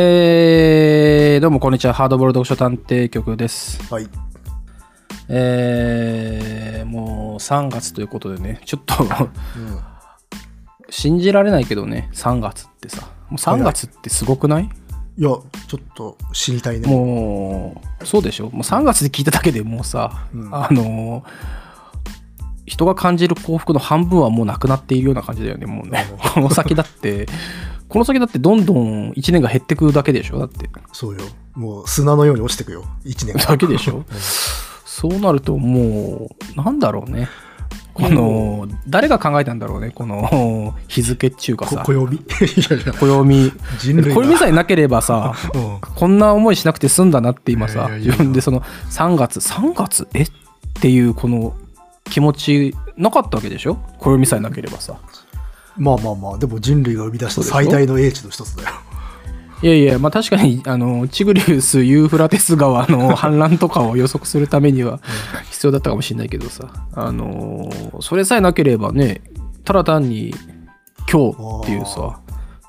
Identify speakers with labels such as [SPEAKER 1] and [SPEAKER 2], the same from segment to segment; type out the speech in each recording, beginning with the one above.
[SPEAKER 1] えー、どうもこんにちは。ハードボール読書探偵局です。
[SPEAKER 2] はい。
[SPEAKER 1] えー、もう3月ということでね、ちょっと
[SPEAKER 2] うん。
[SPEAKER 1] 信じられないけどね、3月ってさ。もう3月ってすごくない
[SPEAKER 2] いや、ちょっと知りたいね。
[SPEAKER 1] もう、そうでしょもう3月で聞いただけでもうさ、
[SPEAKER 2] うん
[SPEAKER 1] あのー人が感じる幸福の半分はもうなくなっているような感じだよね、もうね。この先だって、この先だってどんどん1年が減ってくだけでしょだって。
[SPEAKER 2] そうよ。もう砂のように落ちてくよ。一年
[SPEAKER 1] だけでしょそうなるともうなんだろうねこの、誰が考えたんだろうねこの日付っちゅうか
[SPEAKER 2] こ
[SPEAKER 1] さ
[SPEAKER 2] 暦。 いやいや、
[SPEAKER 1] 暦
[SPEAKER 2] 人類が
[SPEAKER 1] 暦さえなければさ
[SPEAKER 2] うん。
[SPEAKER 1] こんな思いしなくて済んだなって今さ
[SPEAKER 2] いやいやいやいや
[SPEAKER 1] 自分でその3月3月えっていうこの気持ちなかったわけでしょ暦さえなければさ
[SPEAKER 2] まあまあまあ、でも人類が生み出した最大の英知の一つだよ。
[SPEAKER 1] いやいやまあ確かにあのチグリウスユーフラテス川の氾濫とかを予測するためには必要だったかもしれないけどさあのーそれさえなければねただ単に「今日」っていうさ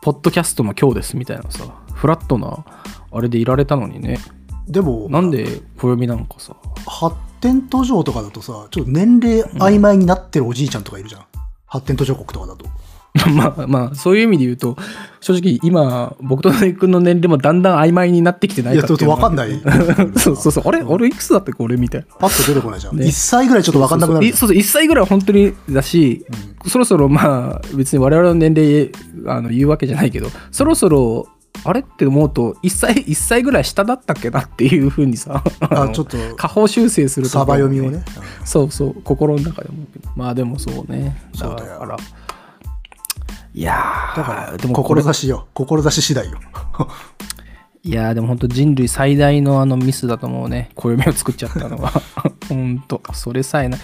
[SPEAKER 1] ポッドキャストの「今日です」みたいなさフラットなあれでいられたのにね
[SPEAKER 2] でも、
[SPEAKER 1] なんで暦なんかさ
[SPEAKER 2] 発展途上とかだとさ、ちょっと年齢曖昧になってるおじいちゃんとかいるじゃん。発展途上国とかだと。
[SPEAKER 1] まあまあそういう意味で言うと正直今僕と野井君の年齢もだんだん曖昧になってきてない
[SPEAKER 2] いや、
[SPEAKER 1] かっ
[SPEAKER 2] ちょって
[SPEAKER 1] い
[SPEAKER 2] と
[SPEAKER 1] うの
[SPEAKER 2] わ
[SPEAKER 1] が
[SPEAKER 2] かんない。
[SPEAKER 1] そうそうそうあれ俺いくつだったっけ俺みたいな。
[SPEAKER 2] パッと出てこないじゃん。
[SPEAKER 1] ね
[SPEAKER 2] 一歳ぐらいちょっとわかんなくなるじゃん。
[SPEAKER 1] そうそう1歳ぐらいは本当にだし、そろそろまあ別に我々の年齢あの言うわけじゃないけどそろそろあれって思うと1歳一歳ぐらい下だったっけなっていうふうにさ
[SPEAKER 2] あ
[SPEAKER 1] あの
[SPEAKER 2] ちょっと
[SPEAKER 1] 下方修正すると
[SPEAKER 2] サ
[SPEAKER 1] こ
[SPEAKER 2] バ
[SPEAKER 1] ろ
[SPEAKER 2] 読みをね。
[SPEAKER 1] そうそう心の中でもまあでもそうねだ
[SPEAKER 2] そ
[SPEAKER 1] か
[SPEAKER 2] うだよ
[SPEAKER 1] らいやー
[SPEAKER 2] だから、
[SPEAKER 1] でもこれ
[SPEAKER 2] 志よ。志次 第よ。
[SPEAKER 1] いやーでも本当人類最大のあのミスだと思うね暦を作っちゃったのは 本当それさえな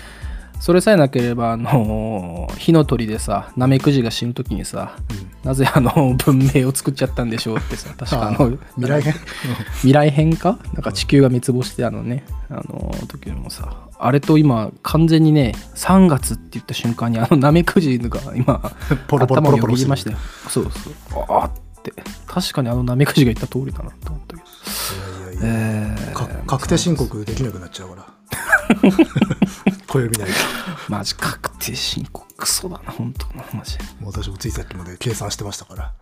[SPEAKER 1] それさえなければあのー火の鳥でさナメクジが死ぬ時にさ、なぜあの文明を作っちゃったんでしょうってさ確かあ
[SPEAKER 2] あ
[SPEAKER 1] の
[SPEAKER 2] 未来編。
[SPEAKER 1] 未来変化なんか地球が滅亡してあのねあの時もさあれと今完全にね3月って言った瞬間にあのナメクジが今
[SPEAKER 2] ポロポロポロ
[SPEAKER 1] 頭
[SPEAKER 2] ポロ
[SPEAKER 1] をよぎりましたよそうそうああって確かにあのナメクジが言った通りだなと思ったけど
[SPEAKER 2] いやいやいや
[SPEAKER 1] え
[SPEAKER 2] か確定申告できなくなっちゃ うから暦ない
[SPEAKER 1] ー、マジ確定申告クソだな本当なマジで
[SPEAKER 2] もう私もついさっきまで計算してましたから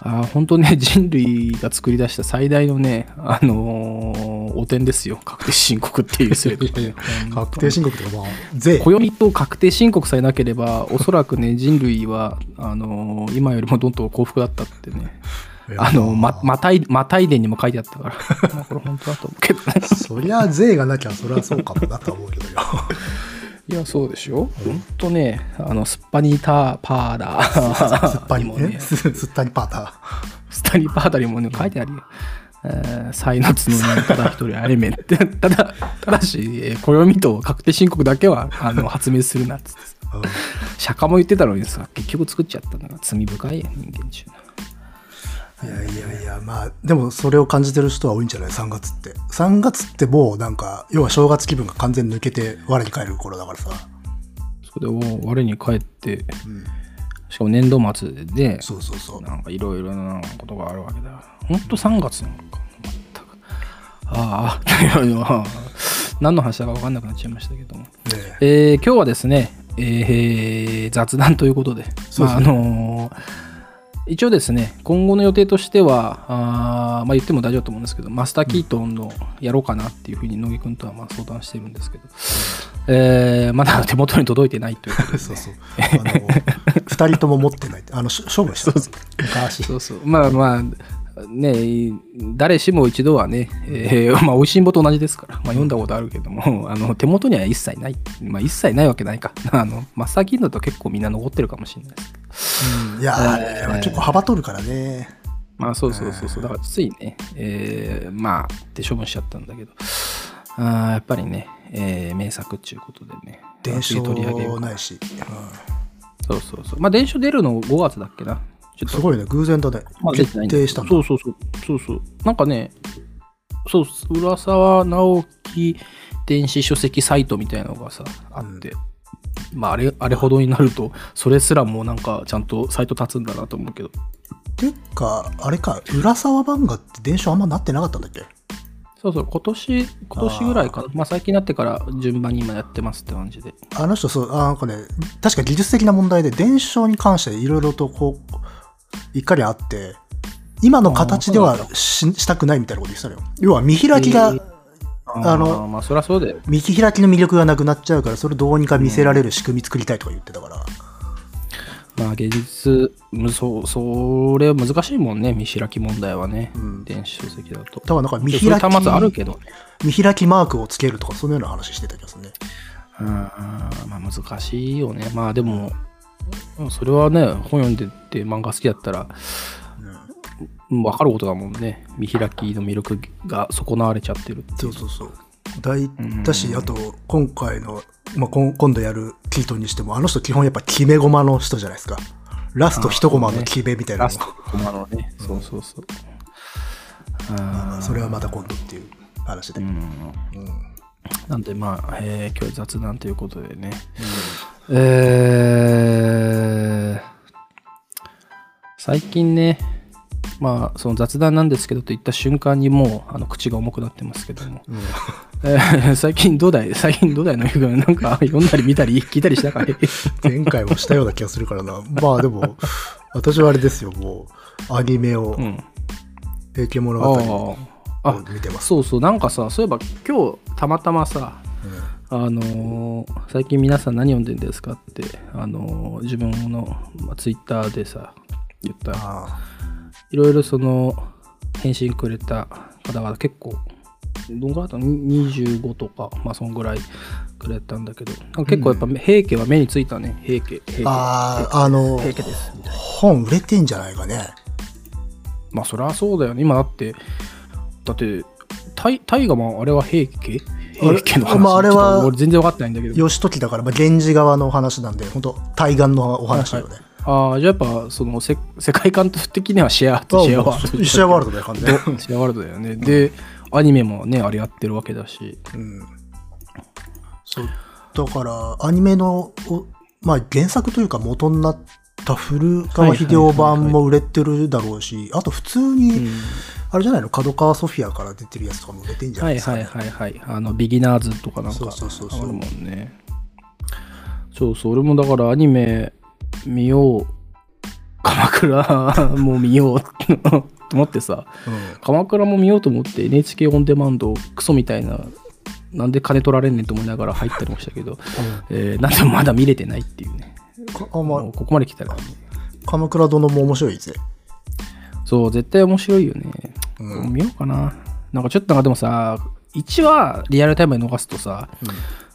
[SPEAKER 1] あー本当ね人類が作り出した最大のねあのー汚点ですよ確定申告っていう制度がね本当
[SPEAKER 2] 確定申告とかまあ税
[SPEAKER 1] 暦と確定申告さえなければおそらく ね人類はあのー今よりもどんどん幸福だったってね
[SPEAKER 2] いや
[SPEAKER 1] あのままたいまたいでにも書いてあったから、 まあ、これ本当だと思うけどね
[SPEAKER 2] そりゃ税がなきゃそりゃそうかもなとは思うけ どよ
[SPEAKER 1] いやそうでしょ本当ねあのすっぱにたパーダ ー
[SPEAKER 2] すっぱり
[SPEAKER 1] も
[SPEAKER 2] も
[SPEAKER 1] う
[SPEAKER 2] ねすすったりパタ
[SPEAKER 1] スタニパーダリもね書いてあ るよ。えー、才の角にただ一人あれめって ただただし、えー、暦と確定申告だけはあ の発明するなっつってさ
[SPEAKER 2] ーン、
[SPEAKER 1] 釈迦も言ってたのにさ結局作っちゃったのが罪深いや人間中
[SPEAKER 2] うんいやいやいやまあでもそれを感じてる人は多いんじゃない3月って3月ってもうなんか要は正月気分が完全に抜けて我に返る頃だからさ、
[SPEAKER 1] それを我に返って
[SPEAKER 2] うん、
[SPEAKER 1] しかも年度末でね
[SPEAKER 2] そうそうそう
[SPEAKER 1] なんかいろいろなことがあるわけだほんと3月なのか全くああ いやいや何の話だか分かんなくなっちゃいましたけども
[SPEAKER 2] ね
[SPEAKER 1] えー今日はですね、えー雑談ということで、
[SPEAKER 2] そうですね
[SPEAKER 1] まああのー一応ですね、今後の予定としては、あーまあ、言っても大丈夫だと思うんですけど、マスターキートンのやろうかなっていうふうに野木君とはまあ相談してるんですけど、えーまだ手元に届いてないということで、
[SPEAKER 2] そうそう。あの、二人とも持ってないって。あの、し処分した。昔。
[SPEAKER 1] そうそう、まあまあ、ね、誰しも一度はね、えーまあ、 美味しんぼと同じですから、まあ、読んだことあるけども、あの手元には一切ない、まあ、一切ないわけないか、 あのマスターキートンと結構みんな残ってるかもしれないですけど。
[SPEAKER 2] いやー、結構幅取るからね。
[SPEAKER 1] まあそうそうそうそう、だからついね、えーまあって処分しちゃったんだけど、あーやっぱりね、えー名作っていうことでね、
[SPEAKER 2] 伝承
[SPEAKER 1] 取り上げようか
[SPEAKER 2] ないし。
[SPEAKER 1] そうそうそう、まあ電書出るの5月だっけな、ちょ
[SPEAKER 2] うん
[SPEAKER 1] っ
[SPEAKER 2] す
[SPEAKER 1] と、
[SPEAKER 2] ごいね、偶然だね
[SPEAKER 1] ま。あ、出てないん
[SPEAKER 2] 決
[SPEAKER 1] だけど
[SPEAKER 2] 定したんだ。
[SPEAKER 1] そうそうそう、そうそう、なんかね、そう、浦沢直樹電子書籍サイトみたいなのがさ、あって。まあ、あれあれほどになるとそれすらもうなんかちゃんとサイト立つんだなと思うけど
[SPEAKER 2] てか、あれか、浦沢漫画って伝承あんまなってなかったんだっけ
[SPEAKER 1] そうそう、今年、今年ぐらいかな。まあ最近になってから順番に今やってますって感じで。
[SPEAKER 2] あの人、そう、あなんかね、確か技術的な問題で、伝承に関していろいろとこう、怒りあって、今の形で
[SPEAKER 1] あー
[SPEAKER 2] は
[SPEAKER 1] そうなん
[SPEAKER 2] ししたくないみたいなこと言ってたのよ。要は見開きが、
[SPEAKER 1] えー
[SPEAKER 2] あの
[SPEAKER 1] ーまあそりゃそうだよ。
[SPEAKER 2] 見開きの魅力がなくなっちゃうから、それどうにか見せられる仕組み作りたいとか言ってたから。
[SPEAKER 1] まあ現実、むそう、それは難しいもんね、見開き問題はね。
[SPEAKER 2] ん
[SPEAKER 1] 電子書籍だと。
[SPEAKER 2] だからなんか見開き
[SPEAKER 1] そういう端末あるけどね。
[SPEAKER 2] 見開きマークをつけるとか、そのような話してた気がするね。
[SPEAKER 1] うん、まあ難しいよね。まあでも、それはね、本読んでて漫画好きだったら、うんわかることだもんね。見開きの魅力が損なわれちゃってるって
[SPEAKER 2] そ
[SPEAKER 1] いう
[SPEAKER 2] うそうそう。だいだし、あと、今回の、まあ、今今度やるキートンにしても、あの人基本やっぱ決め駒の人じゃないですか。ラスト一コマの決めみたいな
[SPEAKER 1] ラ
[SPEAKER 2] の
[SPEAKER 1] ストコマのね、そうそうそう。あ
[SPEAKER 2] それはまた今度っていう話で。
[SPEAKER 1] ーうんなんでまあ、えー今日雑談ということでね。えー最近ね、まあその雑談なんですけどと言った瞬間にもうあの口が重くなってますけども、 えー最近どうだい最近どうだいの映画なんか読んだり見たり聞いたりしたかい
[SPEAKER 2] 前回もしたような気がするからな。まあでも、私はあれですよ、もう、アニメを
[SPEAKER 1] う、ん
[SPEAKER 2] 平家物語を
[SPEAKER 1] あああ
[SPEAKER 2] 見てます。
[SPEAKER 1] そうそうなんかさそういえば今日たまたまさあのー最近皆さん何読んでんですかって、あのー自分の、まあ、ツイッターでさ言ったら
[SPEAKER 2] あ
[SPEAKER 1] いろいろその返信くれた方々結構どんぐらいだったのに25とかまあそんぐらいくれたんだけどなんか結構やっぱ平家は目についたね平家平家
[SPEAKER 2] あー、あの、
[SPEAKER 1] 平家ですみたいな
[SPEAKER 2] 本売れてんじゃないかね。
[SPEAKER 1] まあそりゃそうだよね今だってだって大大河もあれは平家
[SPEAKER 2] あれ
[SPEAKER 1] 平家の話
[SPEAKER 2] まああれは
[SPEAKER 1] ちょっと俺全然分かってないんだけど
[SPEAKER 2] 義時だから、まあ、源氏側のお話なんで、本当対岸のお話だよね。
[SPEAKER 1] ああ、じゃあやっぱ、その、せ世界観的にはシェア、シェアワールド。
[SPEAKER 2] 一緒やワールドだよ、完全に。
[SPEAKER 1] シェアワールドだよね。で、アニメもね、あれやってるわけだし。
[SPEAKER 2] うんそうだからアニメのお、まあ、原作というか元になった古川秀夫版も売れてるだろうしあと普通に、あれじゃないの角川ソフィアから出てるやつとかも売れてんじゃな
[SPEAKER 1] はいい
[SPEAKER 2] ですか、
[SPEAKER 1] はいはいはい。あの、ビギナーズとかなんか、
[SPEAKER 2] そうそうそうそ
[SPEAKER 1] あ
[SPEAKER 2] う
[SPEAKER 1] るもんね。そうそう、俺もだからアニメ見よう。鎌倉も見ようと思ってさ、鎌倉も見ようと思って NHK オンデマンドクソみたいな、なんで金取られんねんと思いながら入ったりもしたけど、えーなんでもまだ見れてないっていうね。
[SPEAKER 2] うんかあ
[SPEAKER 1] も
[SPEAKER 2] ま
[SPEAKER 1] うここまで来たら、
[SPEAKER 2] あ、鎌倉殿も面白いぜ、
[SPEAKER 1] そう絶対面白いよね、
[SPEAKER 2] うん
[SPEAKER 1] 見ようかななんかちょっとなんかでもさ1話リアルタイムで逃すとさ、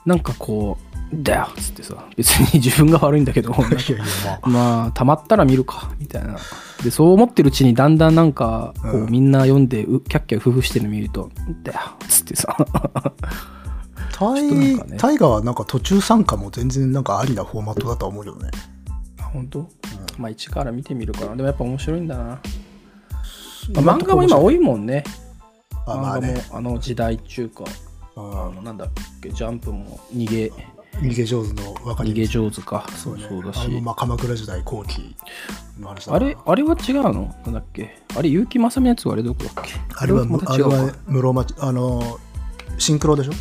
[SPEAKER 1] なんかこう「だよ」っつってさ別に 自分が悪いんだけ どなんか
[SPEAKER 2] いやいやまあ
[SPEAKER 1] まあたまったら見るかみたいなでそう思ってるうちにだんだんなんかこう、
[SPEAKER 2] うん
[SPEAKER 1] みんな読んでうキャッキャ夫婦してるの見ると「だよ」っつってさ
[SPEAKER 2] タ
[SPEAKER 1] ちょっ
[SPEAKER 2] イ
[SPEAKER 1] となんかね
[SPEAKER 2] タイガーはなんか途中参加も全然なんかありなフォーマットだとは思うけどね
[SPEAKER 1] 本当、まあ一から見てみるかなでもやっぱ面白いんだな、まあ漫画も今多いもんね
[SPEAKER 2] あまあ
[SPEAKER 1] 漫
[SPEAKER 2] ね、
[SPEAKER 1] 画もあの時代中かあ
[SPEAKER 2] う
[SPEAKER 1] のなんだっけジャンプも逃げ
[SPEAKER 2] ん、逃げ上手の分かり
[SPEAKER 1] 逃げ上手か
[SPEAKER 2] そ,、
[SPEAKER 1] そうう,、
[SPEAKER 2] ね、
[SPEAKER 1] だ
[SPEAKER 2] あれも
[SPEAKER 1] し
[SPEAKER 2] まあ鎌倉時代後期の話だ
[SPEAKER 1] あ
[SPEAKER 2] から
[SPEAKER 1] れあれは違うのなんだっけあれ結城正美のやつはあれどこだっけ
[SPEAKER 2] あれは
[SPEAKER 1] ま
[SPEAKER 2] む
[SPEAKER 1] た
[SPEAKER 2] あ
[SPEAKER 1] 違
[SPEAKER 2] れ
[SPEAKER 1] うか
[SPEAKER 2] は室町あのシンクロでしょ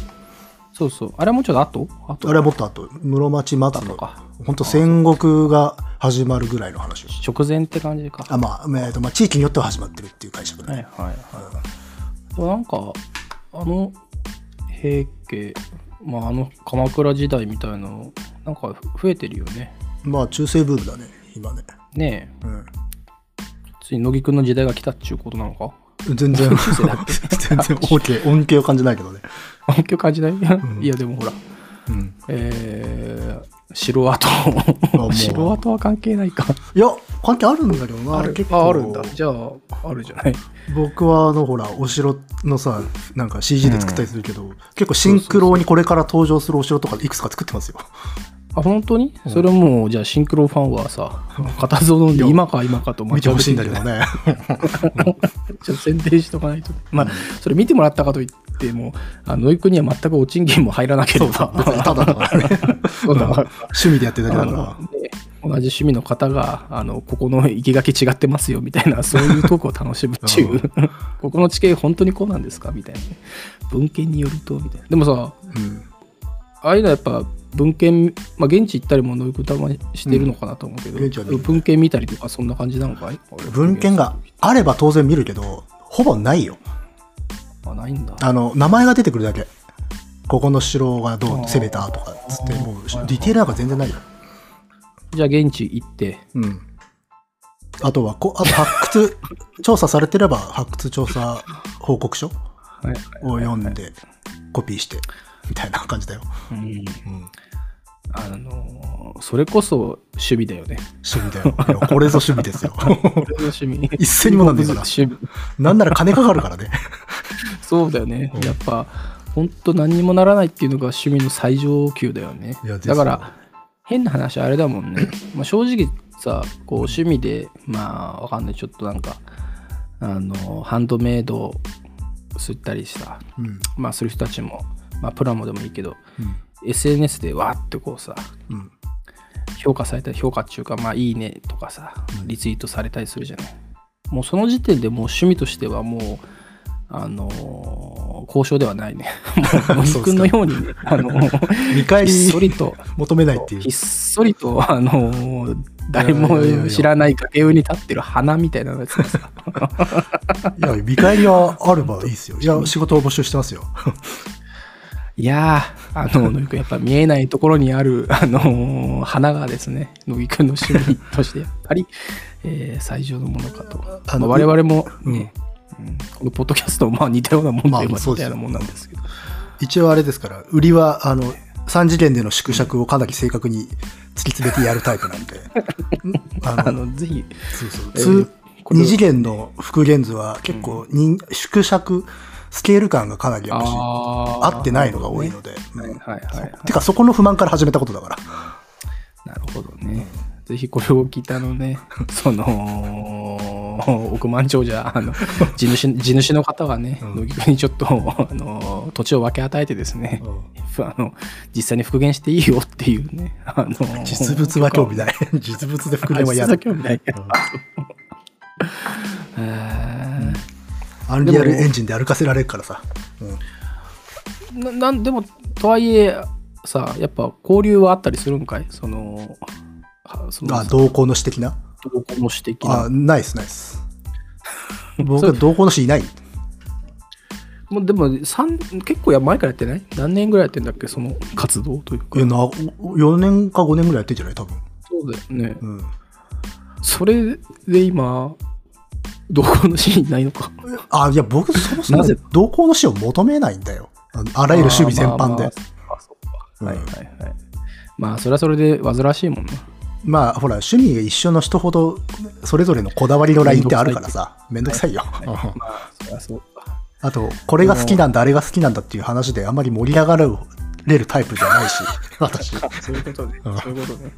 [SPEAKER 1] そうそうあれはもうちょっと後後
[SPEAKER 2] あれはもっと後室町松
[SPEAKER 1] 後
[SPEAKER 2] の
[SPEAKER 1] か
[SPEAKER 2] 本当戦国が始まるぐらいの話
[SPEAKER 1] 直前って感じか
[SPEAKER 2] あまあ、えーとまあ、地域によっては始まってるっていう解釈だ
[SPEAKER 1] はい
[SPEAKER 2] ね、
[SPEAKER 1] はいはい、でもなんかあの平家まああの鎌倉時代みたいなのなんか増えてるよね
[SPEAKER 2] まあ中世ブームだね今ね、
[SPEAKER 1] ねえ
[SPEAKER 2] う
[SPEAKER 1] ついに乃木くんの時代が来たっちゅうことなのか
[SPEAKER 2] ん、全然
[SPEAKER 1] 中世だっ
[SPEAKER 2] 全然恩恵恩恵を感じないけどね、
[SPEAKER 1] あ今日感じない、いやでもほら
[SPEAKER 2] うん、
[SPEAKER 1] えー、城跡
[SPEAKER 2] もう
[SPEAKER 1] 城跡は関係ないか
[SPEAKER 2] いや関係あるんだけどな結構
[SPEAKER 1] ああるんだじゃああるじゃない
[SPEAKER 2] 僕はあのほらお城のさなんか CG で作ったりするけど、結構シンクロにこれから登場するお城とかいくつか作ってますよ
[SPEAKER 1] あ本当に、それもうじゃあシンクロファンはさ片蔵のんで今か今かと
[SPEAKER 2] 見てほしいんだけどね
[SPEAKER 1] ちょっと宣伝しとかないとまあそれ見てもらったかといってもあの野井君には全くお賃金も入らなければ
[SPEAKER 2] ただだからね
[SPEAKER 1] そうだ
[SPEAKER 2] 趣味でやってるだけだから
[SPEAKER 1] で同じ趣味の方があのここの生きがけ違ってますよみたいな そういうトークを楽しむっていう ここの地形本当にこうなんですかみたいな文献によるとみたいなでもさ
[SPEAKER 2] うん
[SPEAKER 1] ああいうのはやっぱ文献、まあ、現地行ったりもノイクたまにしてるのかなと思うけど、
[SPEAKER 2] うん現地は見る
[SPEAKER 1] 文献見たりとかそんな感じなのかい
[SPEAKER 2] 文献があれば当然見るけど、ほぼないよ。
[SPEAKER 1] あないんだ
[SPEAKER 2] あの、名前が出てくるだけ。ここの城がど
[SPEAKER 1] あ
[SPEAKER 2] う
[SPEAKER 1] ー
[SPEAKER 2] 攻めたとかっつって、もう
[SPEAKER 1] はいはい
[SPEAKER 2] ディテールなんか全然ないよ。
[SPEAKER 1] じゃあ現地行って
[SPEAKER 2] うん。あとはこ、あと発掘、調査されてれば発掘調査報告書
[SPEAKER 1] はい
[SPEAKER 2] を読んで、コピーして、みたいな感じだよ。
[SPEAKER 1] うん
[SPEAKER 2] うん。
[SPEAKER 1] あのーそれこそ趣味だよね。
[SPEAKER 2] 趣味だよ。いやこれぞ趣味ですよ。
[SPEAKER 1] これの趣味。
[SPEAKER 2] 一斉にもなんねえから。
[SPEAKER 1] 趣味
[SPEAKER 2] なんなら金かかるからね。
[SPEAKER 1] そうだよね。やっぱ、本当何にもならないっていうのが趣味の最上級だよね
[SPEAKER 2] いや。です
[SPEAKER 1] だ
[SPEAKER 2] よ
[SPEAKER 1] から、変な話あれだもん ね。まあ正直さ、こう趣味で、まあわかんない、ちょっとなんか、あのーハンドメイドをすったりした、
[SPEAKER 2] うん。
[SPEAKER 1] まあする人たちも、まあプラモでもいいけど、
[SPEAKER 2] うん。
[SPEAKER 1] SNS でわーってこうさ、
[SPEAKER 2] うん。
[SPEAKER 1] 評価されたり評価っていうかまあいいねとかさ
[SPEAKER 2] うん
[SPEAKER 1] リツイートされたりするじゃない、もうその時点でもう趣味としてはもうあのー交渉では ないねもう
[SPEAKER 2] そうっすか
[SPEAKER 1] 森君のようにねあのー
[SPEAKER 2] 見返
[SPEAKER 1] ひっそ
[SPEAKER 2] り
[SPEAKER 1] りと
[SPEAKER 2] 求めないってい
[SPEAKER 1] ひっ
[SPEAKER 2] う。
[SPEAKER 1] そりとあのー誰
[SPEAKER 2] いやいやいやい
[SPEAKER 1] も
[SPEAKER 2] や
[SPEAKER 1] 知らない崖上に立ってる花みたいなやつがさ
[SPEAKER 2] いや、見返りはあればいいですよ。いや、仕事を募集してますよ。
[SPEAKER 1] いやーあの野木君やっぱ見えないところにあるあのー花がですね野木君の趣味としてやっぱり、えー最上のものかと
[SPEAKER 2] あ
[SPEAKER 1] ま
[SPEAKER 2] の
[SPEAKER 1] あ、我々も、ねうんこのポッドキャストもまあ似たようなもんと
[SPEAKER 2] まあ
[SPEAKER 1] いえば
[SPEAKER 2] そう
[SPEAKER 1] 似
[SPEAKER 2] で
[SPEAKER 1] た
[SPEAKER 2] す
[SPEAKER 1] ような
[SPEAKER 2] よ
[SPEAKER 1] もんなんですけど、
[SPEAKER 2] 一応あれですから、売りは、あの、3次元での縮尺をかなり正確に突き詰めてやるタイプなん で。あ
[SPEAKER 1] あ
[SPEAKER 2] の、
[SPEAKER 1] のぜひ
[SPEAKER 2] そうそう。
[SPEAKER 1] えー
[SPEAKER 2] 通
[SPEAKER 1] これ
[SPEAKER 2] 二次元の復元図は結構に、縮尺、スケール感がかなりやっぱし、
[SPEAKER 1] あ
[SPEAKER 2] 合ってないのが多いの
[SPEAKER 1] で、
[SPEAKER 2] で。
[SPEAKER 1] はい
[SPEAKER 2] うん
[SPEAKER 1] はいはいはい
[SPEAKER 2] てか、そこの不満から始めたことだから。
[SPEAKER 1] なるほどね、ぜひこれを聞いたの ねその億万長者あの地主 地主の方がね
[SPEAKER 2] うん
[SPEAKER 1] 乃木君にちょっとあの土地を分け与えてですね、あの実際に復元していいよっていうねあの
[SPEAKER 2] 実物は興 味ない。実物で復元は
[SPEAKER 1] 実
[SPEAKER 2] や
[SPEAKER 1] 物は
[SPEAKER 2] る。
[SPEAKER 1] 興味ないけど
[SPEAKER 2] う ん
[SPEAKER 1] へー
[SPEAKER 2] アンリアルエンジンで歩かせられるからさ。うん
[SPEAKER 1] ななんでもとはいえさやっぱ交流はあったりするんかいそのはその
[SPEAKER 2] あ、同行の詩的な
[SPEAKER 1] 同行の私的
[SPEAKER 2] あ、
[SPEAKER 1] な
[SPEAKER 2] ないです、ないです。僕
[SPEAKER 1] そ
[SPEAKER 2] は
[SPEAKER 1] う
[SPEAKER 2] 同行の詩いない。
[SPEAKER 1] もうでも三結構や前からやってない何年ぐらいやってんだっけその活動というか
[SPEAKER 2] いやな4年か5年ぐらいやってんじゃない多分、
[SPEAKER 1] そうだよね、
[SPEAKER 2] うん、
[SPEAKER 1] それで今同行のシーンないのか
[SPEAKER 2] あいや僕そもそも
[SPEAKER 1] なぜ
[SPEAKER 2] 同行の死を求めないんだよあのあらゆる趣味全般で
[SPEAKER 1] あーま
[SPEAKER 2] まあ
[SPEAKER 1] あまあそっかそっか
[SPEAKER 2] うん
[SPEAKER 1] はいはいはいまあそれはそれで煩わしいもんな
[SPEAKER 2] ほら趣味が一緒の人ほどそれぞれのこだわりのラインってあるからさめんどくさいよ、うん
[SPEAKER 1] まあそりゃそうか
[SPEAKER 2] あとこれが好きなんだあれが好きなんだっていう話であんまり盛り上がれるタイプじゃないし 私
[SPEAKER 1] そういうことね。
[SPEAKER 2] うん
[SPEAKER 1] そういうことね。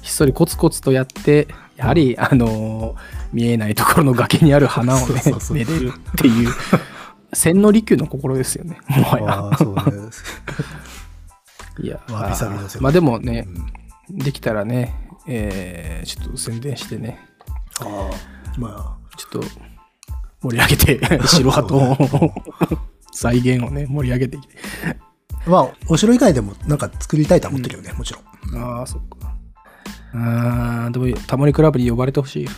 [SPEAKER 1] ひっそりコツコツとやって、やはり、あのー見えないところの崖にある花をね、
[SPEAKER 2] そうそうそう
[SPEAKER 1] めでるっていう、千利休の心ですよね、もはや。
[SPEAKER 2] あーそうね
[SPEAKER 1] いや、
[SPEAKER 2] わびさびの世界
[SPEAKER 1] まあでもね、できたらね、えーちょっと宣伝してね、
[SPEAKER 2] あーまあ
[SPEAKER 1] ちょっと盛り上げ て、城跡を、再現をね、盛り上げていきて。
[SPEAKER 2] まあお城以外でもなんか作りたいとは思ってるよね、もちろん
[SPEAKER 1] ああ、そっか。あーでも、タモリクラブに呼ばれてほしいよ。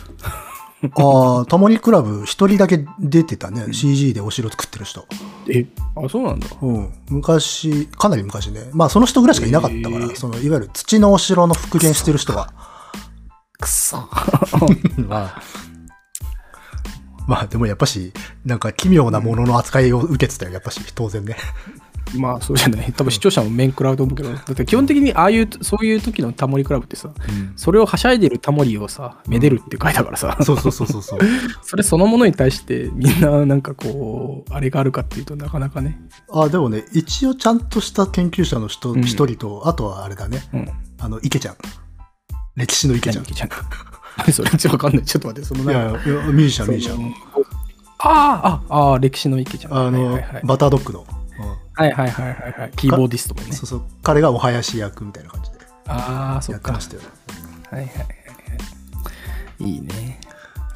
[SPEAKER 2] ああ、タモリクラブ一人だけ出てたね、CG でお城作ってる人。
[SPEAKER 1] え、あ、そうなんだ。
[SPEAKER 2] うん。昔、かなり昔ね。まあ、その人ぐらいしかいなかったから、
[SPEAKER 1] へえ
[SPEAKER 2] その、いわゆる土のお城の復元してる人は。
[SPEAKER 1] くそ。
[SPEAKER 2] まあ、まあ、でもやっぱし、なんか奇妙なものの扱いを受けてたよ、やっぱし、当然ね。
[SPEAKER 1] まあそうじゃない多分視聴者も面食らうと思うけどだって基本的にああいうそういう時のタモリクラブってさそれをはしゃいでるタモリをさめでるって書いたからさ、
[SPEAKER 2] そうそうそうそうそう。
[SPEAKER 1] それそのものに対してみんななんかこうあれがあるかっていうとなかなかね、
[SPEAKER 2] ああ、でもね、一応ちゃんとした研究者の人
[SPEAKER 1] ん
[SPEAKER 2] 一人と、あとはあれだね、
[SPEAKER 1] うん、
[SPEAKER 2] あの、池ちゃん。歴史の池ちゃん。い
[SPEAKER 1] 何ちゃん何それちょっとわかん ないちょっと待ってその
[SPEAKER 2] やい
[SPEAKER 1] なんか
[SPEAKER 2] や、ミュージシャン、ミュージシャ
[SPEAKER 1] そ
[SPEAKER 2] ン。
[SPEAKER 1] のあーああー歴史の池ちゃん
[SPEAKER 2] あの、
[SPEAKER 1] はいはいはい
[SPEAKER 2] バタードッグの。うん
[SPEAKER 1] はいはいはいはいはいキーボーディストもね
[SPEAKER 2] そうそう、彼がお囃子役みたいな感じで
[SPEAKER 1] ああそ
[SPEAKER 2] や
[SPEAKER 1] っ
[SPEAKER 2] って
[SPEAKER 1] か
[SPEAKER 2] ましたよ。
[SPEAKER 1] はいはいはいはいいいね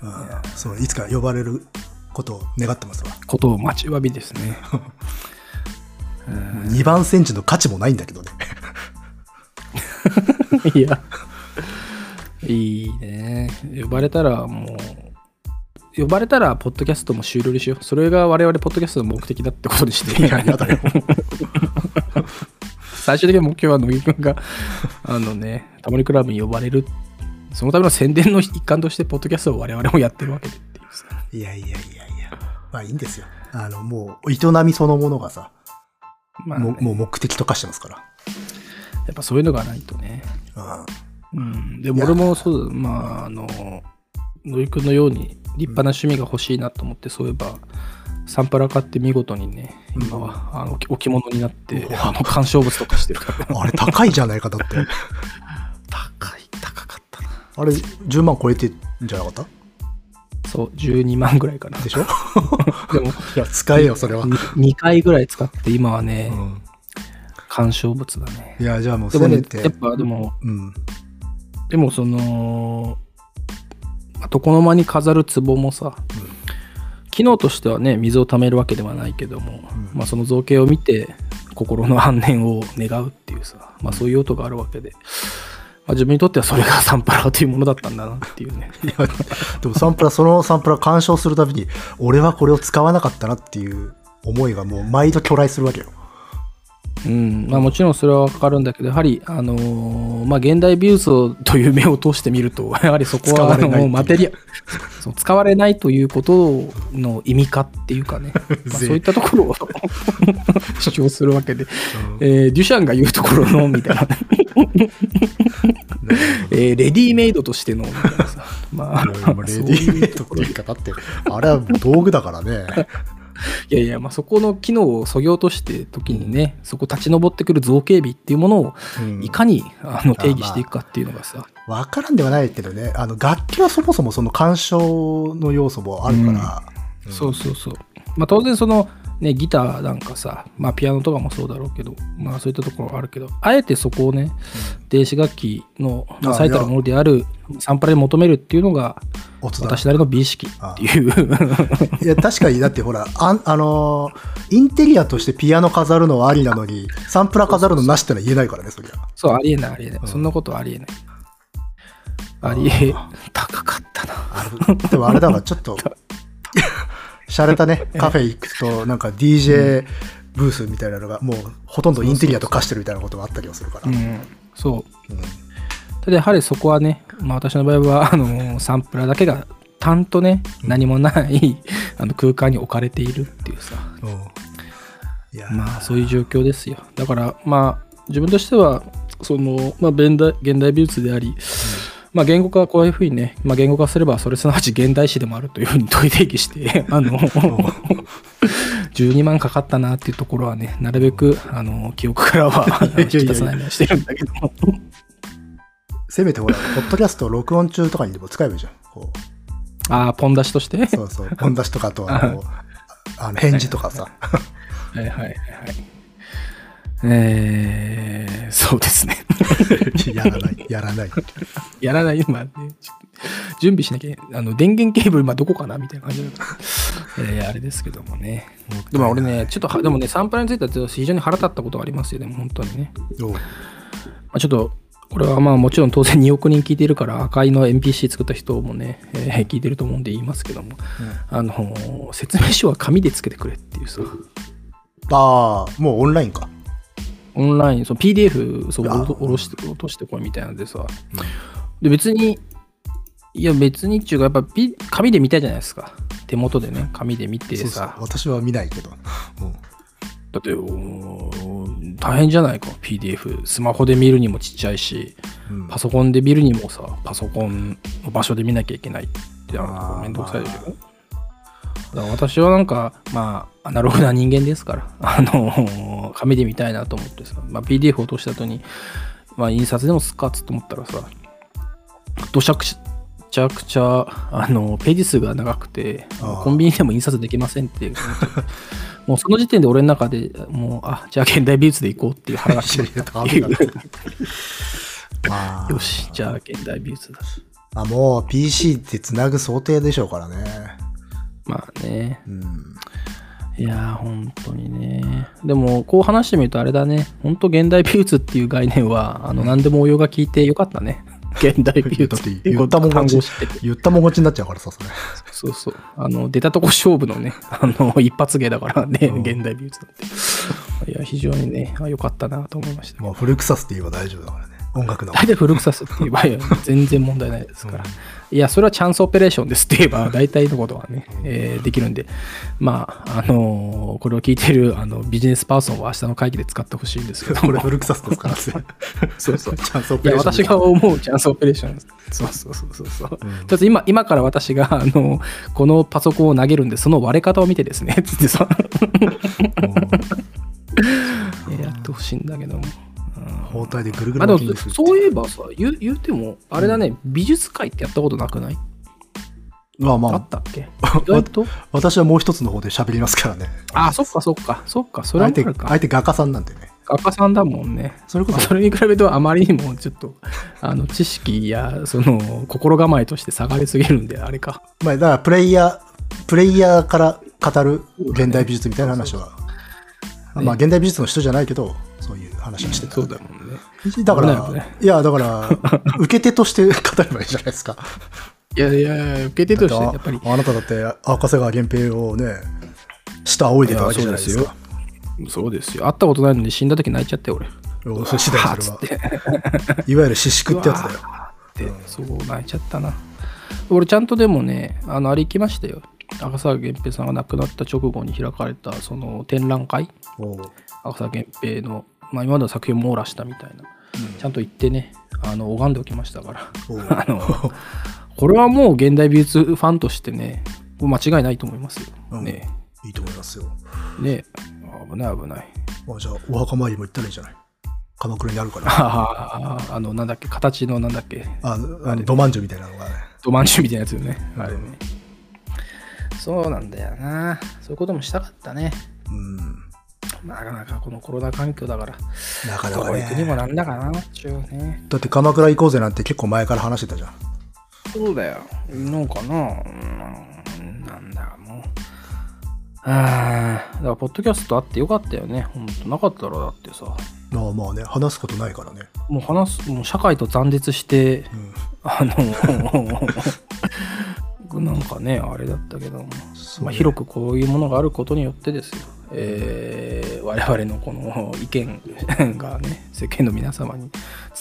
[SPEAKER 2] うんそういつか呼ばれることを願ってますわ
[SPEAKER 1] ことを待ちわびですね
[SPEAKER 2] 2番センチの価値もないん だけどね
[SPEAKER 1] いやいいね呼ばれたらもう呼ばれたらポッドキャストも終了にしようそれが我々ポッドキャストの目的だってことにして
[SPEAKER 2] いややだよ
[SPEAKER 1] 最終的な目標は乃木くんがあのねタモリクラブに呼ばれるそのための宣伝の一環としてポッドキャストを我々もやってるわけでっていうさ
[SPEAKER 2] いやいやいやいやまあいいんですよあのもう営みそのものがさ、
[SPEAKER 1] まあね
[SPEAKER 2] もうもう目的と化してますか
[SPEAKER 1] やっぱそういうのがないとね
[SPEAKER 2] ら、うん、
[SPEAKER 1] うんでも俺もそうだまああの乃木くんのように立派な趣味が欲しいなと思って、そういえばサンプラ買って見事にね今は、あの置物になって、あの鑑賞物とかしてる から
[SPEAKER 2] あれ高いじゃないかだ って
[SPEAKER 1] 高い高かったな
[SPEAKER 2] あれ10万超えてんじゃなかっ
[SPEAKER 1] そう12万ぐらいかな
[SPEAKER 2] たでしょ
[SPEAKER 1] でも
[SPEAKER 2] いや使えよそれは、
[SPEAKER 1] 2回ぐらい使って今はね、
[SPEAKER 2] うん
[SPEAKER 1] 鑑賞物だね
[SPEAKER 2] いやじゃあもう
[SPEAKER 1] で
[SPEAKER 2] せ
[SPEAKER 1] もね
[SPEAKER 2] めて、
[SPEAKER 1] やっぱでも
[SPEAKER 2] うん
[SPEAKER 1] でもその床の間に飾る壺もさ、機能としてはね水を貯めるわけではないけども、
[SPEAKER 2] うん
[SPEAKER 1] まあ、その造形を見て心の安寧を願うっていうさ、まあ、そういう用途があるわけで、まあ、自分にとってはそれがサンパラというものだったんだなっていうね
[SPEAKER 2] いやでもサンプラそのサンプラ鑑賞するたびに俺はこれを使わなかったなっていう思いがもう毎度巨来するわけよ
[SPEAKER 1] うんまあもちろんそれはわかるんだけどやはりあのーまあ現代美術という目を通してみると やはりそこ
[SPEAKER 2] 使
[SPEAKER 1] は
[SPEAKER 2] わ
[SPEAKER 1] あ
[SPEAKER 2] れないってい
[SPEAKER 1] の
[SPEAKER 2] う
[SPEAKER 1] マテリア そう使われないということの意味かっていうか ね、まあそういったところを 主張するわけで、 えーデュシャンが言うところのみたいな、 えーレディメイドとしてのみたいなさまあ
[SPEAKER 2] いやいやもうレディーメイドっていうかだってあれはもう道具だからね
[SPEAKER 1] いやいや、まあ、そこの機能をそぎ落として時にね、そこ立ち上ってくる造形美っていうものを
[SPEAKER 2] うん
[SPEAKER 1] いかに、あの定義していくかっていうのがさ、
[SPEAKER 2] 分からんではないけどねあの楽器はそもそもその鑑賞の要素もあるから、
[SPEAKER 1] そうそうそう、まあ、当然その、ね、ギターなんかさ、まあ、ピアノとかもそうだろうけど、まあ、そういったところはあるけどあえてそこをね、電子楽器の、まあ
[SPEAKER 2] あ
[SPEAKER 1] 最たるものであるサンプラに求めるっていうのが
[SPEAKER 2] おつだ
[SPEAKER 1] 私なりの美意識っていう
[SPEAKER 2] いや確かにだってほらあんあのーインテリアとしてピアノ飾るのはありなのにサンプラ飾るのなしってのは言えないからねそりゃ
[SPEAKER 1] そうありえないありえない、そんなことはありえないありえ高かったな
[SPEAKER 2] あれでもあれだわちょっと洒落たねカフェ行くとなんか DJ ブースみたいなのがもうほとんどインテリアと化してるみたいなことがあったりはするから、
[SPEAKER 1] うんそう
[SPEAKER 2] うん
[SPEAKER 1] ただやはりそこはね、まあ、私の場合はあのサンプラだけが単とね何もないあの空間に置かれているっていうさ
[SPEAKER 2] うんいや、
[SPEAKER 1] まあそういう状況ですよだからまあ自分としてはその、まあ、現代現代美術であり、まあ、言語化はこういうふうにね、まあ、言語化すればそれすなわち現代史でもあるというふうに問い定義して あの12万かかったなっていうところはねなるべくあの記憶からは引き出さないようにしてるんだけども
[SPEAKER 2] せめてほらポッドキャスト録音中とかにでも使えばいいじゃんこう
[SPEAKER 1] ああポン出しとして
[SPEAKER 2] そうそう、本出しとかあとあの、あの返事とかさ。
[SPEAKER 1] はいはいはいはい。えー、そうですね。
[SPEAKER 2] やらない、やらない。
[SPEAKER 1] やらない、まあね、ちょっと準備しなきゃ、あの電源ケーブル今どこかなみたいな感じだ から、えー、あれですけどもね。でも俺ね、ちょっとは、でもね、サンプラについてはちょっと非常に腹立ったことがありますよ、でも本当にね。
[SPEAKER 2] おう
[SPEAKER 1] まあ、ちょっと、これはまあもちろん当然2億人聞いているから、赤いの NPC 作った人もね、えー聞いてると思うんで言いますけども、あのー説明書は紙でつけてくれっていうさ、
[SPEAKER 2] ああ、もうオンラインか。
[SPEAKER 1] オンライン、その PDF、そう、
[SPEAKER 2] あ
[SPEAKER 1] おろおろして、落としてこいみたいなのでさ、で、別に、いや、別にっていうか、やっぱ、ピ紙で見たいじゃないですか。手元でね、紙で見て
[SPEAKER 2] そうそう
[SPEAKER 1] さ、
[SPEAKER 2] 私は見ないけど。うん
[SPEAKER 1] だって、おー大変じゃないか、PDF。スマホで見るにもちっちゃいし、
[SPEAKER 2] うん
[SPEAKER 1] パソコンで見るにもさ、パソコンの場所で見なきゃいけないってなる
[SPEAKER 2] あ
[SPEAKER 1] と
[SPEAKER 2] ー
[SPEAKER 1] めんどくさいでしょ。だから私はなんか、まあ、アナログな人間ですから、 あの、紙で見たいなと思ってさ、まあ、PDF を落とした後に、まあ、印刷でもすっかっつと思ったらさ、どしゃくしめちゃくちゃ、あの、ページ数が長くて、
[SPEAKER 2] あー
[SPEAKER 1] コンビニでも印刷できませんっていう。 もうその時点で俺の 中でもう、あ、じゃあ現代美術で行こうっていう腹が
[SPEAKER 2] い
[SPEAKER 1] 決
[SPEAKER 2] や
[SPEAKER 1] まっ
[SPEAKER 2] い
[SPEAKER 1] たって
[SPEAKER 2] やダ
[SPEAKER 1] い
[SPEAKER 2] メ
[SPEAKER 1] う
[SPEAKER 2] だ。まあ、
[SPEAKER 1] よし、じゃあ現代美術だ。
[SPEAKER 2] まあもう PC って繋ぐ想定でしょうからね。
[SPEAKER 1] まあね。
[SPEAKER 2] うん。
[SPEAKER 1] いやー、本当にね。でも、こう話してみるとあれだね。本当現代美術っていう概念は、あの、何でも応用が効いてよかったね。現代美術っていう
[SPEAKER 2] 言ったもん
[SPEAKER 1] 単
[SPEAKER 2] 勝
[SPEAKER 1] 語
[SPEAKER 2] ち
[SPEAKER 1] を知ってて。。
[SPEAKER 2] 言ったもん勝ちになっちゃうからさ、それ。
[SPEAKER 1] そうそう。あの、出たとこ勝負のね、 あの、一発芸だからね、現代美術なんて。いや、非常にね、あよかったなと思いました。
[SPEAKER 2] まあ、古臭すって言えば大丈夫だからね。音楽の。
[SPEAKER 1] 大体古臭すって言えばい や全然問題ないですから、いやそれはチャンスオペレーションですって言え ば大体のことはね、えーできるんでまああのーこれを聞いてるあのビジネスパーソンは明日の会議で使ってほしいんですけど
[SPEAKER 2] これ
[SPEAKER 1] も
[SPEAKER 2] 古臭すですか らね。
[SPEAKER 1] そうそう
[SPEAKER 2] チャンスオ
[SPEAKER 1] い
[SPEAKER 2] ペ
[SPEAKER 1] や
[SPEAKER 2] レーション。
[SPEAKER 1] 私が思うチャンスオペレーションですそうそうそうそうそう、
[SPEAKER 2] うん
[SPEAKER 1] ちょっと今今から私があのこのパソコンを投げるんでその割れ方を見てですねつってさやってほしいんだけども、うん
[SPEAKER 2] 包帯でぐるぐ
[SPEAKER 1] まあで
[SPEAKER 2] る巻
[SPEAKER 1] も
[SPEAKER 2] きにするって
[SPEAKER 1] そういえばさ言う言うてもあれだね、美術界ってやったことなくない
[SPEAKER 2] まあ
[SPEAKER 1] あ
[SPEAKER 2] ま
[SPEAKER 1] ったっけ 意外と
[SPEAKER 2] あ、私はもう一つの方で喋りますからね。
[SPEAKER 1] あそっかそっかそっかそれは
[SPEAKER 2] 相
[SPEAKER 1] あ
[SPEAKER 2] 手、
[SPEAKER 1] るか
[SPEAKER 2] 相手画家さんなんでね。
[SPEAKER 1] 画家さんだもんね
[SPEAKER 2] それこ
[SPEAKER 1] まあ
[SPEAKER 2] そ
[SPEAKER 1] それに比べてはあまりにもちょっ とあの知識やその心構えとして下がりすぎるんであれか
[SPEAKER 2] まあ、だからプレイヤー、プレイヤーから語る現代美術みたいな話は、
[SPEAKER 1] ね
[SPEAKER 2] まあ現代美術の人じゃないけど、そういう話をしてた。
[SPEAKER 1] そうだもんね
[SPEAKER 2] だから、
[SPEAKER 1] 危ない危ない
[SPEAKER 2] いや、だ から、受け手として語ればいいじゃないですか。
[SPEAKER 1] いやいやいや受け手としてやっぱり
[SPEAKER 2] ああなただって、赤瀬川源平をね、下仰いでたわけじゃないです
[SPEAKER 1] いや
[SPEAKER 2] か。
[SPEAKER 1] そうですよ会ったことないのに死んだ時泣いちゃって俺
[SPEAKER 2] よそれ次第
[SPEAKER 1] は
[SPEAKER 2] そ
[SPEAKER 1] っ
[SPEAKER 2] れ
[SPEAKER 1] つって
[SPEAKER 2] は。いわゆる私縮ってやつだよ。
[SPEAKER 1] って、そう泣いちゃったな俺ちゃんとでもねあのあれ行きましたよ赤澤源平さんが亡くなった直後に開かれたその展覧会
[SPEAKER 2] おう
[SPEAKER 1] 赤澤源平の、まあ、今までの作品を網羅したみたいな、ちゃんと行ってねあの拝んでおきました から
[SPEAKER 2] おう
[SPEAKER 1] あのこれはもう現代美術ファンとしてね間違いないと思います
[SPEAKER 2] う
[SPEAKER 1] よ
[SPEAKER 2] ん
[SPEAKER 1] ね
[SPEAKER 2] いいと思いますよ。
[SPEAKER 1] ね危ない危ない
[SPEAKER 2] まあ、じゃあ、お墓参りも行ったらいいじゃない。鎌倉にあるから。
[SPEAKER 1] あーあのなんだっけ形のなんだっけ
[SPEAKER 2] ああの、ドマンジュみたいなのがね。
[SPEAKER 1] ドマンチュみたいなやつよね。あれね。そうなんだよな。そういうこともしたかったね。
[SPEAKER 2] うん。
[SPEAKER 1] なかなかこのコロナ環境だから、
[SPEAKER 2] なかな
[SPEAKER 1] ど
[SPEAKER 2] か
[SPEAKER 1] こ行くにも
[SPEAKER 2] ね。
[SPEAKER 1] なんだかなっちゅうね。
[SPEAKER 2] だって鎌倉行こうぜなんて結構前から話してたじゃん。
[SPEAKER 1] そうだよ。のかな。うんなんだかもう。ああ、だからポッドキャストあってよかったよね。ほんとなかったらだってさ、
[SPEAKER 2] まあまあね、話すことないからね。
[SPEAKER 1] もう話す、もう社会と断絶して、
[SPEAKER 2] うん。
[SPEAKER 1] あの、 なんかね、あれだったけども、
[SPEAKER 2] そうね
[SPEAKER 1] まあ、広くこういうものがあることによってですよ、えー我々のこの意見がね、世間の皆様に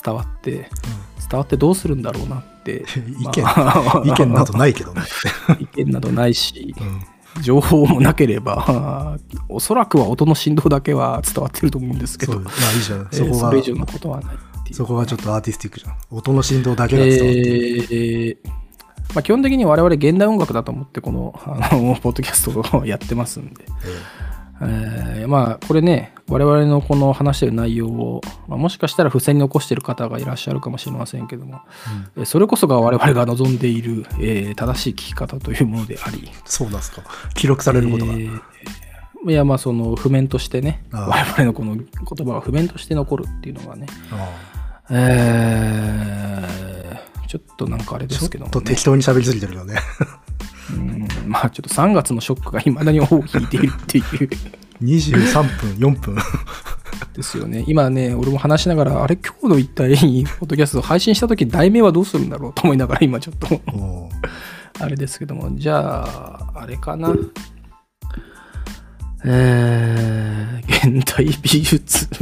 [SPEAKER 1] 伝わって、伝わってどうするんだろうなって、
[SPEAKER 2] 意見、
[SPEAKER 1] まあ
[SPEAKER 2] 意見などないけどね。
[SPEAKER 1] 意見などないし、
[SPEAKER 2] うん。
[SPEAKER 1] 情報もなければ、おそらくは音の振動だけは伝わってると思うんですけ
[SPEAKER 2] そう、
[SPEAKER 1] ど
[SPEAKER 2] ま、あいいじゃん。
[SPEAKER 1] えー
[SPEAKER 2] そこ
[SPEAKER 1] そ
[SPEAKER 2] が
[SPEAKER 1] れ、以上のことはないっていう
[SPEAKER 2] そこがちょっとアーティスティックじゃん。音の振動だけが伝わって。
[SPEAKER 1] えーまあ、基本的に我々現代音楽だと思ってこのあのポッドキャストをやってますんで、えーまあこれね我々のこの話してる内容を、まあ、もしかしたら付箋に残してる方がいらっしゃるかもしれませんけども、えそれこそが我々が望んでいる、えー正しい聞き方というものであり
[SPEAKER 2] そうなんすか。記録されることが。
[SPEAKER 1] えーいやまあその譜面としてね
[SPEAKER 2] ああ
[SPEAKER 1] 我々のこの言葉が譜面として残るっていうのがね、
[SPEAKER 2] あ
[SPEAKER 1] えーちょっとなんかあれで
[SPEAKER 2] あちょ
[SPEAKER 1] すけど
[SPEAKER 2] っ
[SPEAKER 1] も、
[SPEAKER 2] と
[SPEAKER 1] ね、
[SPEAKER 2] 適当に喋りすぎてるよね。
[SPEAKER 1] うんまあちょっと3月のショックがいまだに尾を引いているっていう
[SPEAKER 2] 23分、4分。
[SPEAKER 1] ですよね今ね俺も話しながらあれ今日の一体ポッドキャスト配信した時題名はどうするんだろうと思いながら今ちょっと
[SPEAKER 2] おう
[SPEAKER 1] あれですけどもじゃああれかなえー、現代美術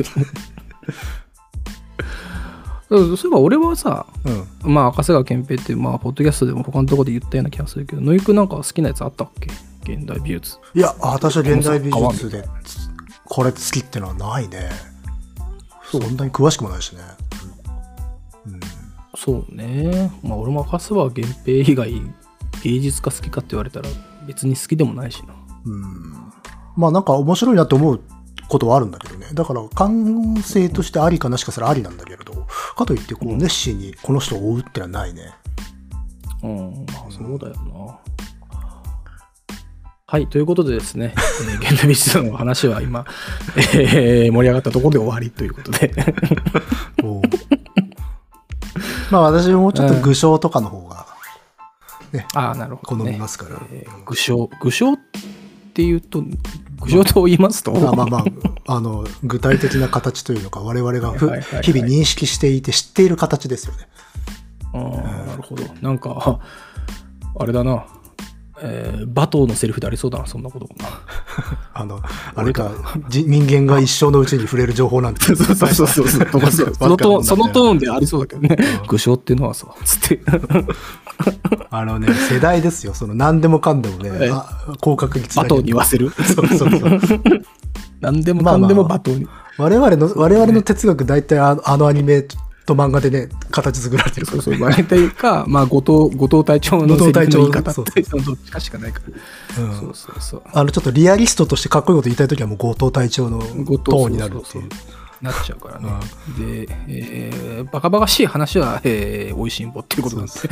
[SPEAKER 1] そうそういえば俺はさ
[SPEAKER 2] うん。
[SPEAKER 1] まあ赤瀬川健平ってまあポッドキャストでも他のところで言ったような気がするけど野井くんなんか好きなやつあったっけ現代美術
[SPEAKER 2] いや、私は現代美術で、これ好きってのはないね。そんなに詳しくもないしね。
[SPEAKER 1] そうね。まあ俺も赤須は源平以外芸術家好きかって言われたら別に好きでもないしな。
[SPEAKER 2] まあなんか面白いなって思うことはあるんだけどね。だから感性としてありかなしかそれありなんだけれど、かといってこう熱心にこの人を追うってのはないね。
[SPEAKER 1] うん、まあそうだよな。はい、ということでですね、 えー現代美術の話は今、 えー盛り上がったところで終わりということで。
[SPEAKER 2] おうまあ私もちょっと具象とかの方が
[SPEAKER 1] ああ、なるほ
[SPEAKER 2] 好
[SPEAKER 1] ど、
[SPEAKER 2] み
[SPEAKER 1] ね。
[SPEAKER 2] ますから。
[SPEAKER 1] えー具象。具象っていうと、具象と言いますと、
[SPEAKER 2] まあまあまあ、あの、具体的な形というのか、我々がふ
[SPEAKER 1] はいはいはい
[SPEAKER 2] 日々認識していて知っている形ですよね。
[SPEAKER 1] あーなるほど。なんか、あれだな。えー、バトーのセリフでありそうだな、そんなこと。
[SPEAKER 2] あの、あれか、じ人間が一生のうちに触れる情報なんて。
[SPEAKER 1] そうそうそうそう そう。そのトーン、そのトーンでありそうだけどね。 具象っていうのはそう。つ って。
[SPEAKER 2] あのね、世代ですよ。その何でもかんでもね、
[SPEAKER 1] え
[SPEAKER 2] あ広角につ
[SPEAKER 1] バ
[SPEAKER 2] な
[SPEAKER 1] トー
[SPEAKER 2] げ
[SPEAKER 1] に言わせる。
[SPEAKER 2] そうそうそう。
[SPEAKER 1] 何でも
[SPEAKER 2] まあ
[SPEAKER 1] か
[SPEAKER 2] まあ
[SPEAKER 1] んでもバトーに。
[SPEAKER 2] 我々の、我々の哲学大体あのあのアニメと漫画でね、形作られてるか
[SPEAKER 1] そ
[SPEAKER 2] ら
[SPEAKER 1] う。そう。まあ、というか、まあ、後藤、後藤隊長のセリフの言い方
[SPEAKER 2] 後
[SPEAKER 1] って
[SPEAKER 2] 藤隊、
[SPEAKER 1] そのどっちかしかないから。
[SPEAKER 2] うん
[SPEAKER 1] そうそうそう。
[SPEAKER 2] あの、ちょっとリアリストとしてかっこいいこと言いたいときはもう後藤隊長のト
[SPEAKER 1] 後藤
[SPEAKER 2] ーンになるって
[SPEAKER 1] そうそう
[SPEAKER 2] い
[SPEAKER 1] う。そうなっちゃうからね。で、えー、バカバカしい話は、えー、美味しんぼっていうことなんで。す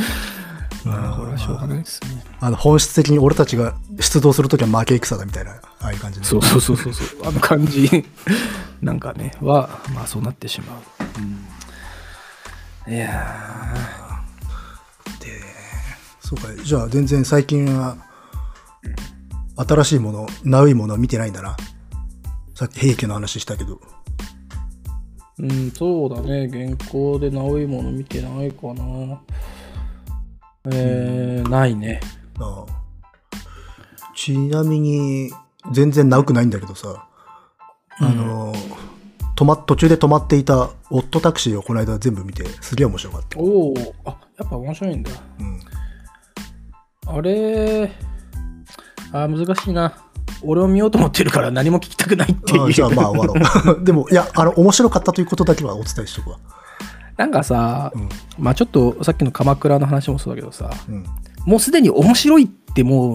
[SPEAKER 1] まあ、これはしょうがないですね。
[SPEAKER 2] あの、本質的に俺たちが出動するときは負け戦だみたいな、ああいう感じで。
[SPEAKER 1] そうそうそうそうそう。あの感じなんかね、は、まあそうなってしまう。いや
[SPEAKER 2] そうか、じゃあ全然最近は、新しいもの、ナウいものは見てないんだな。さっき平家の話したけど。
[SPEAKER 1] ーうん、そうだね。原稿で直いもの見てないかな。えー、ないね。
[SPEAKER 2] ああちなみに、全然ナウくないんだけどさ、あの、止ま、途中で止まっていたオットタクシーをこの間全部見て、すげえ面白かった。
[SPEAKER 1] おお、あやっぱ面白いんだ。
[SPEAKER 2] うん。
[SPEAKER 1] あれあー難しいな。俺を見ようと思ってるから何も聞きたくないってい
[SPEAKER 2] あ
[SPEAKER 1] う。
[SPEAKER 2] じゃあまあ終わろう。 でも、いや、あの、面白かったということだけはお伝えしとくわ。
[SPEAKER 1] なんかさ、
[SPEAKER 2] うん
[SPEAKER 1] まあちょっとさっきの鎌倉の話もそうだけどさ、
[SPEAKER 2] うん。
[SPEAKER 1] もうすでに面白いってもう、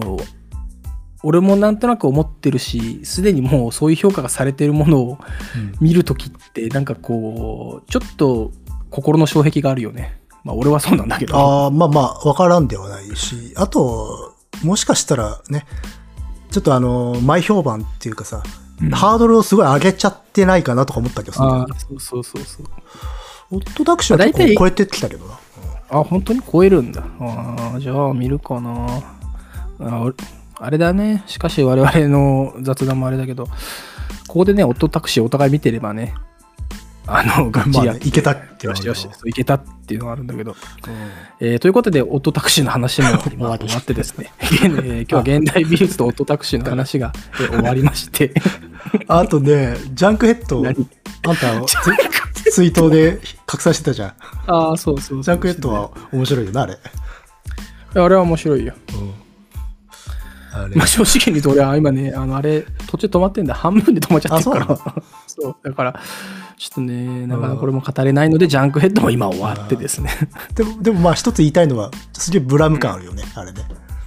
[SPEAKER 1] 俺もなんとなく思ってるし、すでにもうそういう評価がされてるものを見るときって、なんかこう、ちょっと心の障壁があるよね。まあ俺はそうなんだけど。
[SPEAKER 2] ああ、まあまあ、わからんではないし、あと、もしかしたらね、ちょっとあの、前評判っていうかさ、
[SPEAKER 1] うん
[SPEAKER 2] ハードルをすごい上げちゃってないかなとか思ったけど
[SPEAKER 1] あ
[SPEAKER 2] さ、
[SPEAKER 1] ーそうそうそうそう。
[SPEAKER 2] オットタクシーは
[SPEAKER 1] まあ
[SPEAKER 2] 結
[SPEAKER 1] 大体
[SPEAKER 2] 構超えてきたけどな。
[SPEAKER 1] あ、本当に超えるんだ。あーじゃあ見るかな。あおあれだね。しかし我々の雑談もあれだけど、ここでね、夫タクシーお互い見てればね、あの、ガ
[SPEAKER 2] ま
[SPEAKER 1] チ
[SPEAKER 2] あ
[SPEAKER 1] や、
[SPEAKER 2] ね、いけたって
[SPEAKER 1] よしよし、そういけたっていうのがあるんだけど。
[SPEAKER 2] う
[SPEAKER 1] えーということで、オットタクシーの話も今
[SPEAKER 2] 終わり
[SPEAKER 1] 終わって ですね、えー今日は現代美術とオットタクシーの話がえー終わりまして、
[SPEAKER 2] んあとね、ジャンクヘッド、
[SPEAKER 1] 何
[SPEAKER 2] あ んた、ツツイートで拡散してたじゃん。
[SPEAKER 1] ああ、そうそう
[SPEAKER 2] ジャンクヘッドは面白いよな、あれ。
[SPEAKER 1] いやあれは面白いよ。
[SPEAKER 2] あれ
[SPEAKER 1] まあ、正直に言うと俺は今ねあのあれ途中止まってんだ半分で止まっちゃってるから
[SPEAKER 2] あ そ
[SPEAKER 1] そうだからちょっとねなかなかこれも語れないのでジャンクヘッドも今終わってですね
[SPEAKER 2] でも、でもまあ一つ言いたいのは、すげえブラム感あるよね、あれね。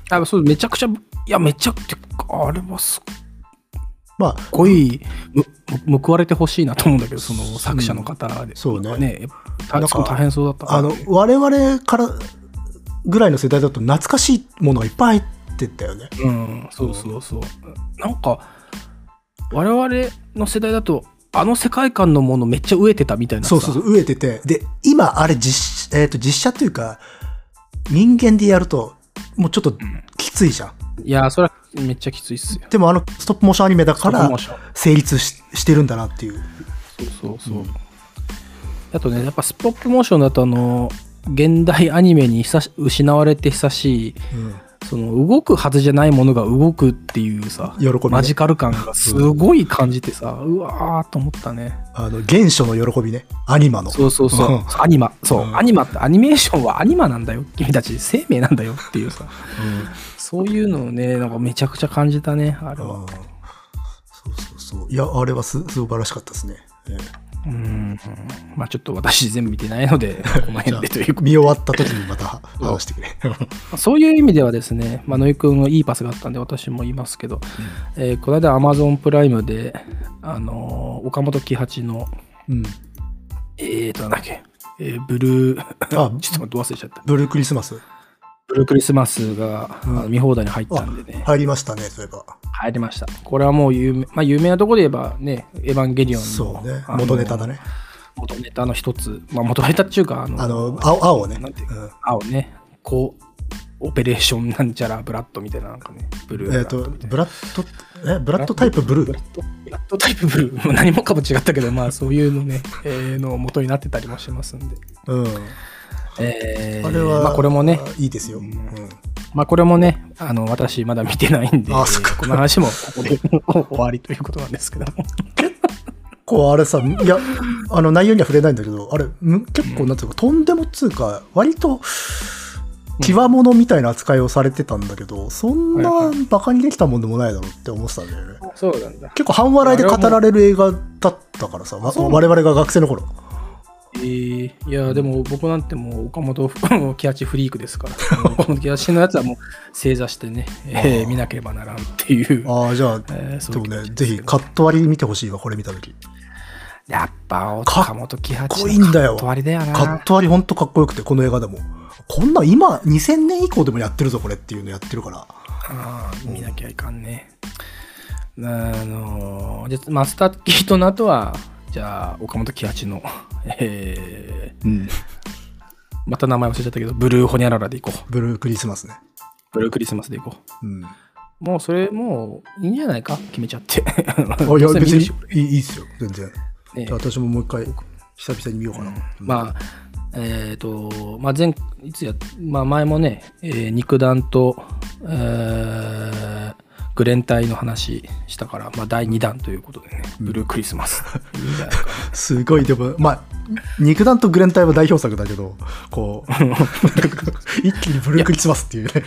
[SPEAKER 1] あそうめちゃくちゃいやめちゃくちゃあれはすっ
[SPEAKER 2] まあ、
[SPEAKER 1] ごいむむ報われてほしいなと思うんだけどその作者の方で、
[SPEAKER 2] そうね
[SPEAKER 1] ねた
[SPEAKER 2] なんか
[SPEAKER 1] すごい大変そうだったな
[SPEAKER 2] あの、我々からぐらいの世代だと懐かしいものがいっぱい入ってったよね。
[SPEAKER 1] うんそうそうそうなんか我々の世代だとあの世界観のものめっちゃ飢えてたみたいなさ
[SPEAKER 2] そうそうそう、飢えてて。で、今、あれ実、えっ、と、実写というか、人間でやると、もうちょっときついじゃん。
[SPEAKER 1] いやそれはめっちゃきついっすよ
[SPEAKER 2] でもあの、ストップモーションアニメだか
[SPEAKER 1] ストッ
[SPEAKER 2] ら
[SPEAKER 1] プモーション、
[SPEAKER 2] 成立ししてるんだなっていう。
[SPEAKER 1] そうそうそう、あとねやっぱストップモーションだとあの現代アニメに久し失われて久しいその動くはずじゃないものが動くっていうさ
[SPEAKER 2] 喜びね
[SPEAKER 1] マジカル感がすごい感じてさ、うわーと思ったね
[SPEAKER 2] あの、原初の喜びね。アニマの。
[SPEAKER 1] そうそうそう、
[SPEAKER 2] うん
[SPEAKER 1] アニマそう、
[SPEAKER 2] うん
[SPEAKER 1] アニマってアニメーションはアニマなんだよ君たち生命なんだよっていうさそういうのをねなんかめちゃくちゃ感じたねあれ
[SPEAKER 2] うん
[SPEAKER 1] は
[SPEAKER 2] そうそうそう。いや、あれはす素晴らしかったですね。ええ
[SPEAKER 1] うんまあちょっと私全部見てないので この辺でということで
[SPEAKER 2] 見終わった時にまた話してくれ。
[SPEAKER 1] そういう意味ではですね、まあ、野井くんのいいパスがあったんで私も言いますけど、えーこの間 Amazon プライムで、あのー岡本喜八の、
[SPEAKER 2] うん。
[SPEAKER 1] えーと、なんだっけ、えーブルー、
[SPEAKER 2] あ、
[SPEAKER 1] ちょっと待って忘れちゃった。
[SPEAKER 2] ブルークリスマス。
[SPEAKER 1] ブルークリスマスが、
[SPEAKER 2] うん
[SPEAKER 1] あの見放題に入ったんでね、
[SPEAKER 2] 入りましたね、そういえば。
[SPEAKER 1] 入りました。これはもう有名、まあ、有名なところで言えばね、エヴァンゲリオンの
[SPEAKER 2] そうね。
[SPEAKER 1] あの
[SPEAKER 2] 元ネタだね。
[SPEAKER 1] 元ネタの一つ、まあ、元ネタっていうか、あの、
[SPEAKER 2] あの、青青ね。
[SPEAKER 1] なんていう
[SPEAKER 2] うん
[SPEAKER 1] 青ね、こう、オペレーションなんちゃらブラッドみたいな、なんかね、ブルー
[SPEAKER 2] え
[SPEAKER 1] ブラッ
[SPEAKER 2] っと、
[SPEAKER 1] ドみたいな。
[SPEAKER 2] ブラッド、え、ブラッドタイプブル
[SPEAKER 1] ブ
[SPEAKER 2] ー
[SPEAKER 1] ラ。ッドブラッドタイプブルー、もう 何もかも違ったけど、まあそういうのね、えー、の元になってたりもしますんで。
[SPEAKER 2] うん。
[SPEAKER 1] えー
[SPEAKER 2] あれは、
[SPEAKER 1] まあこれもね、
[SPEAKER 2] あいいですよ。うん。
[SPEAKER 1] まあこれもね、あの、私まだ見てないんで、
[SPEAKER 2] あそっか
[SPEAKER 1] この話もここで 終わりということなんですけども。
[SPEAKER 2] こう、あれさ、いや、あの、内容には触れないんだけど、あれ、む結構、なんていうか、とんでもっつうか、割と、際物みたいな扱いをされてたんだけど、そん
[SPEAKER 1] はい
[SPEAKER 2] な
[SPEAKER 1] は
[SPEAKER 2] バカにできたもんでもないだろうって思ってたんだよね。
[SPEAKER 1] そうなんだ。
[SPEAKER 2] 結構半笑いで語られる映画だったからさ、ま
[SPEAKER 1] そう
[SPEAKER 2] 我々が学生の頃。
[SPEAKER 1] えーいや、でも僕なんてもう岡本 キアチフリークです から、岡本キアチのやつはもう正座してね、えー
[SPEAKER 2] あー
[SPEAKER 1] 見なければならんっていう。
[SPEAKER 2] ああ、じゃあ、
[SPEAKER 1] えーそう
[SPEAKER 2] で
[SPEAKER 1] いう
[SPEAKER 2] も
[SPEAKER 1] 気持
[SPEAKER 2] ね、
[SPEAKER 1] ち
[SPEAKER 2] ぜひカット割り見てほしいわ、これ見たとき。
[SPEAKER 1] やっぱ岡本喜八
[SPEAKER 2] かっこいいんだよ
[SPEAKER 1] カット割りだよな。
[SPEAKER 2] カット割りほんとかっこよくて、この映画でも。こんなん今、2000年以降でもやってるぞ、これっていうのやってるから。
[SPEAKER 1] あー見なきゃいかんね。あのーじゃあマスターキートの後は、じゃあ岡本喜八の、 えー
[SPEAKER 2] うん。
[SPEAKER 1] また名前忘れちゃったけど、ブルーホニャララでいこう。
[SPEAKER 2] ブルークリスマスね。
[SPEAKER 1] ブルークリスマスでいこう。
[SPEAKER 2] うん。
[SPEAKER 1] もうそれもういいんじゃないか決めちゃって。
[SPEAKER 2] あいや、
[SPEAKER 1] どうせ見
[SPEAKER 2] 別
[SPEAKER 1] る
[SPEAKER 2] に
[SPEAKER 1] し
[SPEAKER 2] いいいいっすよ、全然。
[SPEAKER 1] ね
[SPEAKER 2] じゃあ私ももう一回、久々に見ようかな。
[SPEAKER 1] まあ、えっ、と、まあ、前、いつや、まあ、前もね、えー肉弾と、えーグレン隊の話したから、まあ、第2弾ということでね、ブルークリスマ ス。いいんじゃないか
[SPEAKER 2] すごい、でも、まあ、肉弾とグレンタイは代表作だけど、こう、なんか一気にブルークリスマスっていうね。
[SPEAKER 1] い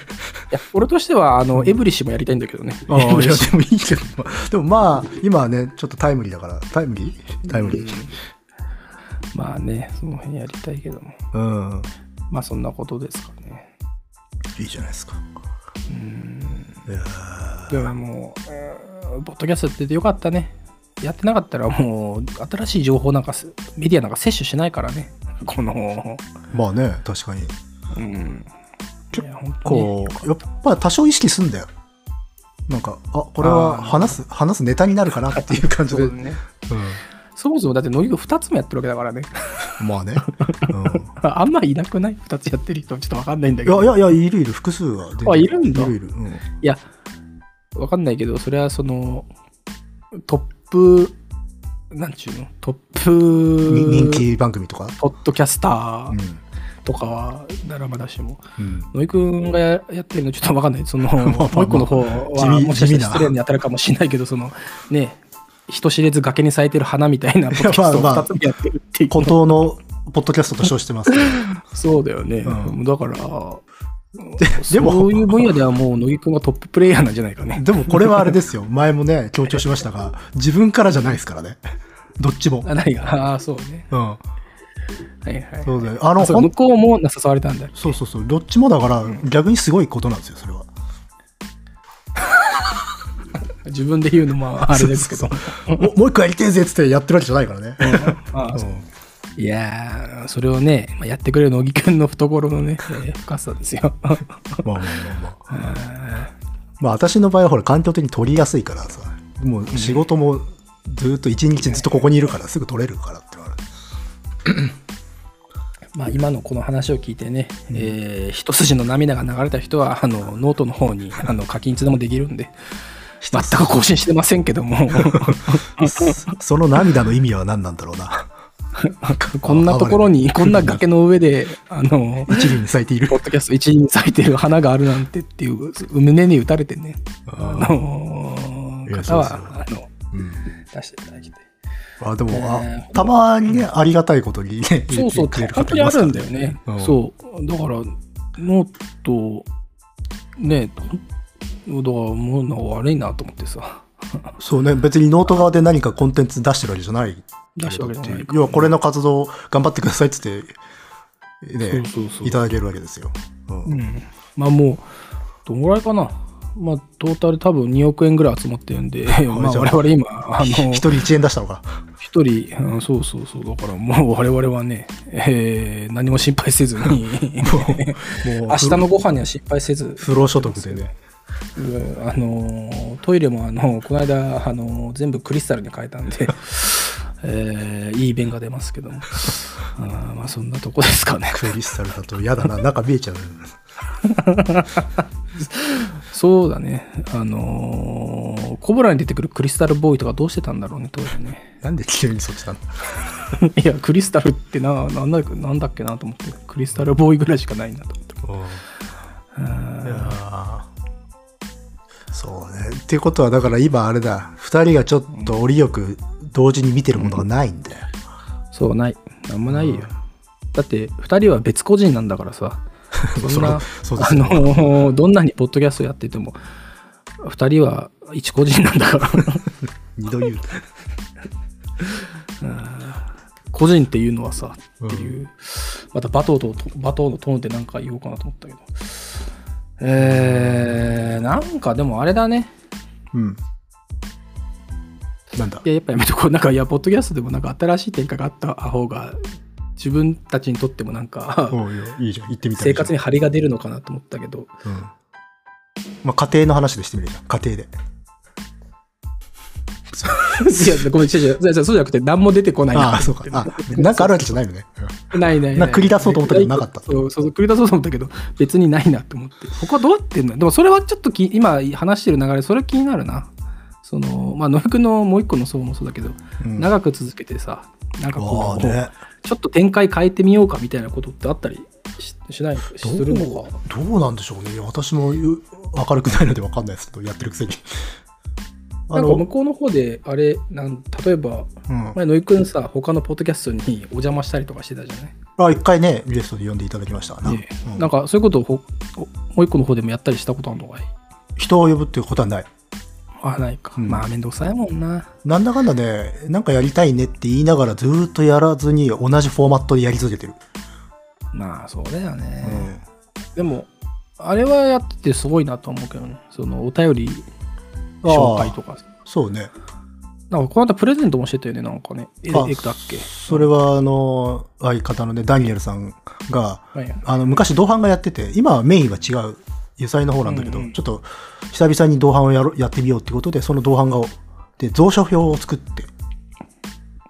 [SPEAKER 1] や、俺としては、あの、エブリシもやりたいんだけどね。
[SPEAKER 2] ああ、いや、
[SPEAKER 1] エブ
[SPEAKER 2] で
[SPEAKER 1] リシ
[SPEAKER 2] もいいけど、まあでもまあ、今はね、ちょっとタイムリーだから、タイムリータイムリー。
[SPEAKER 1] まあね、その辺やりたいけども。
[SPEAKER 2] うん。
[SPEAKER 1] まあ、そんなことですかね。
[SPEAKER 2] いいじゃないですか。
[SPEAKER 1] ではもう、えーポッドキャストやっててよかったね。やってなかったらもう、新しい情報なんかす、メディアなんか摂取しないからね。この、
[SPEAKER 2] まあね、確かに。
[SPEAKER 1] うん。いや本当に
[SPEAKER 2] こう、やっぱ多少意識すんだよ。なんか、あ、これ
[SPEAKER 1] あ
[SPEAKER 2] は
[SPEAKER 1] ー
[SPEAKER 2] 話す、話すネタになるかなっていう感じで。
[SPEAKER 1] そううだね
[SPEAKER 2] ん
[SPEAKER 1] そもそもだって乃木が2つもやってるわけだからね。
[SPEAKER 2] まあ ね。うん
[SPEAKER 1] あんまいなくない ?2 つやってる人ちょっとわかんないんだ
[SPEAKER 2] い
[SPEAKER 1] けど。
[SPEAKER 2] やいやいや、いるいる、複数は出て
[SPEAKER 1] あいるんだ
[SPEAKER 2] いるいる。うん
[SPEAKER 1] いや、わかんないけど、それはその、トップ、なんちゅうのトップ、
[SPEAKER 2] に人気番組とか。
[SPEAKER 1] ポッドキャスタ
[SPEAKER 2] う
[SPEAKER 1] ー
[SPEAKER 2] ん
[SPEAKER 1] とかは、ならまだしも。
[SPEAKER 2] うん
[SPEAKER 1] 野井くんがややってるのちょっとわかんない。その、
[SPEAKER 2] まあ
[SPEAKER 1] もう一個の方
[SPEAKER 2] 地
[SPEAKER 1] は、
[SPEAKER 2] 味
[SPEAKER 1] もしかし
[SPEAKER 2] 地味
[SPEAKER 1] たら
[SPEAKER 2] な
[SPEAKER 1] 失礼に当たるかもしれないけど、その、ね、人知れず崖に咲いてる花みたいなポッドキャストを
[SPEAKER 2] まあ
[SPEAKER 1] 2
[SPEAKER 2] まあ
[SPEAKER 1] つもやってるっていう。
[SPEAKER 2] 孤島のポッドキャストと称してますけど。
[SPEAKER 1] そうだよね。
[SPEAKER 2] うん
[SPEAKER 1] だから、
[SPEAKER 2] でも
[SPEAKER 1] そういう分野 ではもう乃木くんがトッププレイヤーなんじゃないかね。
[SPEAKER 2] でもこれはあれですよ。前もね、強調しましたが、自分からじゃないですからね。どっちも。
[SPEAKER 1] あ、何がああ、そうね。
[SPEAKER 2] うん。
[SPEAKER 1] はいはい。
[SPEAKER 2] そうだよ。あ
[SPEAKER 1] あ
[SPEAKER 2] の、
[SPEAKER 1] そう
[SPEAKER 2] ほ
[SPEAKER 1] 向
[SPEAKER 2] ん
[SPEAKER 1] こうも誘われたんだよ。
[SPEAKER 2] そうそうそう。どっちもだから、逆にすごいことなんですよ、それは。
[SPEAKER 1] 自分で言うのもあれです けど。
[SPEAKER 2] そうそうそうももう一個やりてえぜっつってやってるわけじゃないからね。
[SPEAKER 1] ああ
[SPEAKER 2] うん
[SPEAKER 1] いやー、それをね、まあやってくれる乃木くんの懐のね、えー深さですよ。
[SPEAKER 2] まあまあまあまあ。まあ私の場合はほら、環境的に取りやすいからさ、もう仕事もずっと一日ずっとここにいるから、すぐ取れるからってのはある
[SPEAKER 1] まあ、今のこの話を聞いてね、えー一筋の涙が流れた人はあのノートの方にあの課金いつでもできるんで全く更新してませんけども
[SPEAKER 2] そその涙の意味は何なんだろうな。
[SPEAKER 1] こんなところにこんな崖の上であの
[SPEAKER 2] 一輪に咲いている
[SPEAKER 1] ポ。ッドキャスト一位に咲いてる花があるなんてっていう胸に打たれてねあの
[SPEAKER 2] いや
[SPEAKER 1] 方
[SPEAKER 2] そう
[SPEAKER 1] はあの
[SPEAKER 2] うん
[SPEAKER 1] 出していただきたい
[SPEAKER 2] あでも、
[SPEAKER 1] ね
[SPEAKER 2] あたまにね、ありがたいことにね、
[SPEAKER 1] そうそう
[SPEAKER 2] 入れてくれる
[SPEAKER 1] 本当
[SPEAKER 2] 方
[SPEAKER 1] に
[SPEAKER 2] い
[SPEAKER 1] あ
[SPEAKER 2] ますか
[SPEAKER 1] るん
[SPEAKER 2] ら
[SPEAKER 1] だよね、
[SPEAKER 2] うん
[SPEAKER 1] そうだからノートねほんだからもうなんか悪いなと思ってさ
[SPEAKER 2] そうね、別にノート側で何かコンテンツ出してるわけじゃないけ
[SPEAKER 1] 出してる
[SPEAKER 2] ど
[SPEAKER 1] わけ
[SPEAKER 2] って
[SPEAKER 1] じゃないいうから
[SPEAKER 2] 要はこれの活動頑張ってくださいっつって、ね、
[SPEAKER 1] そうそうそう
[SPEAKER 2] いただけるわけですよ。うん
[SPEAKER 1] うん、まあもうどのぐらいかなまあトータル多分2億円ぐらい集まってるんでまあ
[SPEAKER 2] じゃあ
[SPEAKER 1] 我々今あ
[SPEAKER 2] 一
[SPEAKER 1] の
[SPEAKER 2] 人1円出したのか。
[SPEAKER 1] 一人、うんそうそうそうだからもう我々はね、えー 何も心配せずに
[SPEAKER 2] もう
[SPEAKER 1] 明日のご飯には心配せず
[SPEAKER 2] 不労所得でね。
[SPEAKER 1] うんあのートイレもあのこの間あのー全部クリスタルに変えたんで えーいい弁が出ますけどもあーまあそんなとこですかね
[SPEAKER 2] クリスタルだと嫌 だな、中見えちゃう。
[SPEAKER 1] そうだねあのーコブラに出てくるクリスタルボーイとかどうしてたんだろうね当時ね
[SPEAKER 2] なんで急にそっちなの
[SPEAKER 1] いやクリスタルってななんだなんだっけなと思ってクリスタルボーイぐらいしかないなと思って
[SPEAKER 2] いやーそうね。ってことは、だから今あれだ、2人がちょっと折よく同時に見てるものがないんだよ。
[SPEAKER 1] そうないなんもないよ、だって2人は別個人なんだから さそんな
[SPEAKER 2] そうそうで
[SPEAKER 1] あ
[SPEAKER 2] すね
[SPEAKER 1] のーどんなにポッドキャストやってても2人は一個人なんだから
[SPEAKER 2] 二度言う。
[SPEAKER 1] 個人っていうのはさっていう、またバトーとバトーのトーンってなんか言おうかなと思ったけどえー、なんかでもあれだね
[SPEAKER 2] うん。なんだ
[SPEAKER 1] いややっぱやめとこうなんかいやポッドキャストでもなんか新しい展開があった方が自分たちにとってもなんか
[SPEAKER 2] おうよいいじゃん。行ってみたら
[SPEAKER 1] 生
[SPEAKER 2] いいじゃん
[SPEAKER 1] 活に張りが出るのかなと思ったけど
[SPEAKER 2] うん。まあ、家庭の話でしてみるじゃん。家庭で。
[SPEAKER 1] いや、ごめん、違う違う違う違う、そうじゃなくて、何も出てこない
[SPEAKER 2] あ
[SPEAKER 1] な
[SPEAKER 2] あ、そうか。あ、なんかあるわけじゃないのね。うん
[SPEAKER 1] ないないない。
[SPEAKER 2] なんか繰り出そうと思ったけどなかった
[SPEAKER 1] そうそうそう、繰り出そうと思ったけど、別にないなと思って。他どうやってんのでも、それはちょっとき今話してる流れ、それ気になるな。その、まあ、野くのもう一個の層もそうだけど、
[SPEAKER 2] うん
[SPEAKER 1] 長く続けてさ、なんか
[SPEAKER 2] わ
[SPEAKER 1] こ
[SPEAKER 2] あ
[SPEAKER 1] う、
[SPEAKER 2] ね。
[SPEAKER 1] ちょっと展開変えてみようかみたいなことってあったりししないす
[SPEAKER 2] どう
[SPEAKER 1] るのか。
[SPEAKER 2] どうなんでしょうね。いや私もう明るくないので分かんないですけど、やってるくせに。
[SPEAKER 1] なんか向こうの方で、あれ、なん例えば、
[SPEAKER 2] うん、
[SPEAKER 1] 前、野井くんさ、他のポッドキャストにお邪魔したりとかしてたじゃない
[SPEAKER 2] あ一回ね、ゲストで呼んでいただきましたな。
[SPEAKER 1] ね
[SPEAKER 2] うん
[SPEAKER 1] なんかそういうことをほおもう一個の方でもやったりしたことあるのかい
[SPEAKER 2] 人を呼ぶっていうことはない。
[SPEAKER 1] あないか、
[SPEAKER 2] うん
[SPEAKER 1] まあめんどくさいもんな
[SPEAKER 2] なんだかんだね、なんかやりたいねって言いながらずーっとやらずに同じフォーマットでやり続けてる。
[SPEAKER 1] まあそうだよ
[SPEAKER 2] う
[SPEAKER 1] ね、
[SPEAKER 2] ん
[SPEAKER 1] でもあれはやっててすごいなとは思うけどねそのお便り紹介とか
[SPEAKER 2] そうね。
[SPEAKER 1] なんかこの後プレゼントもしてたよねなんかねええ
[SPEAKER 2] あ
[SPEAKER 1] だっけ
[SPEAKER 2] それは、あの、相方のね、ダニエルさんが、
[SPEAKER 1] はいはい
[SPEAKER 2] あの、昔同伴がやってて、今はメインは違う、油彩の方なんだけど、
[SPEAKER 1] うんうん
[SPEAKER 2] ちょっと、久々に同伴をやろやってみようってことで、その同伴が、で、蔵書表を作って、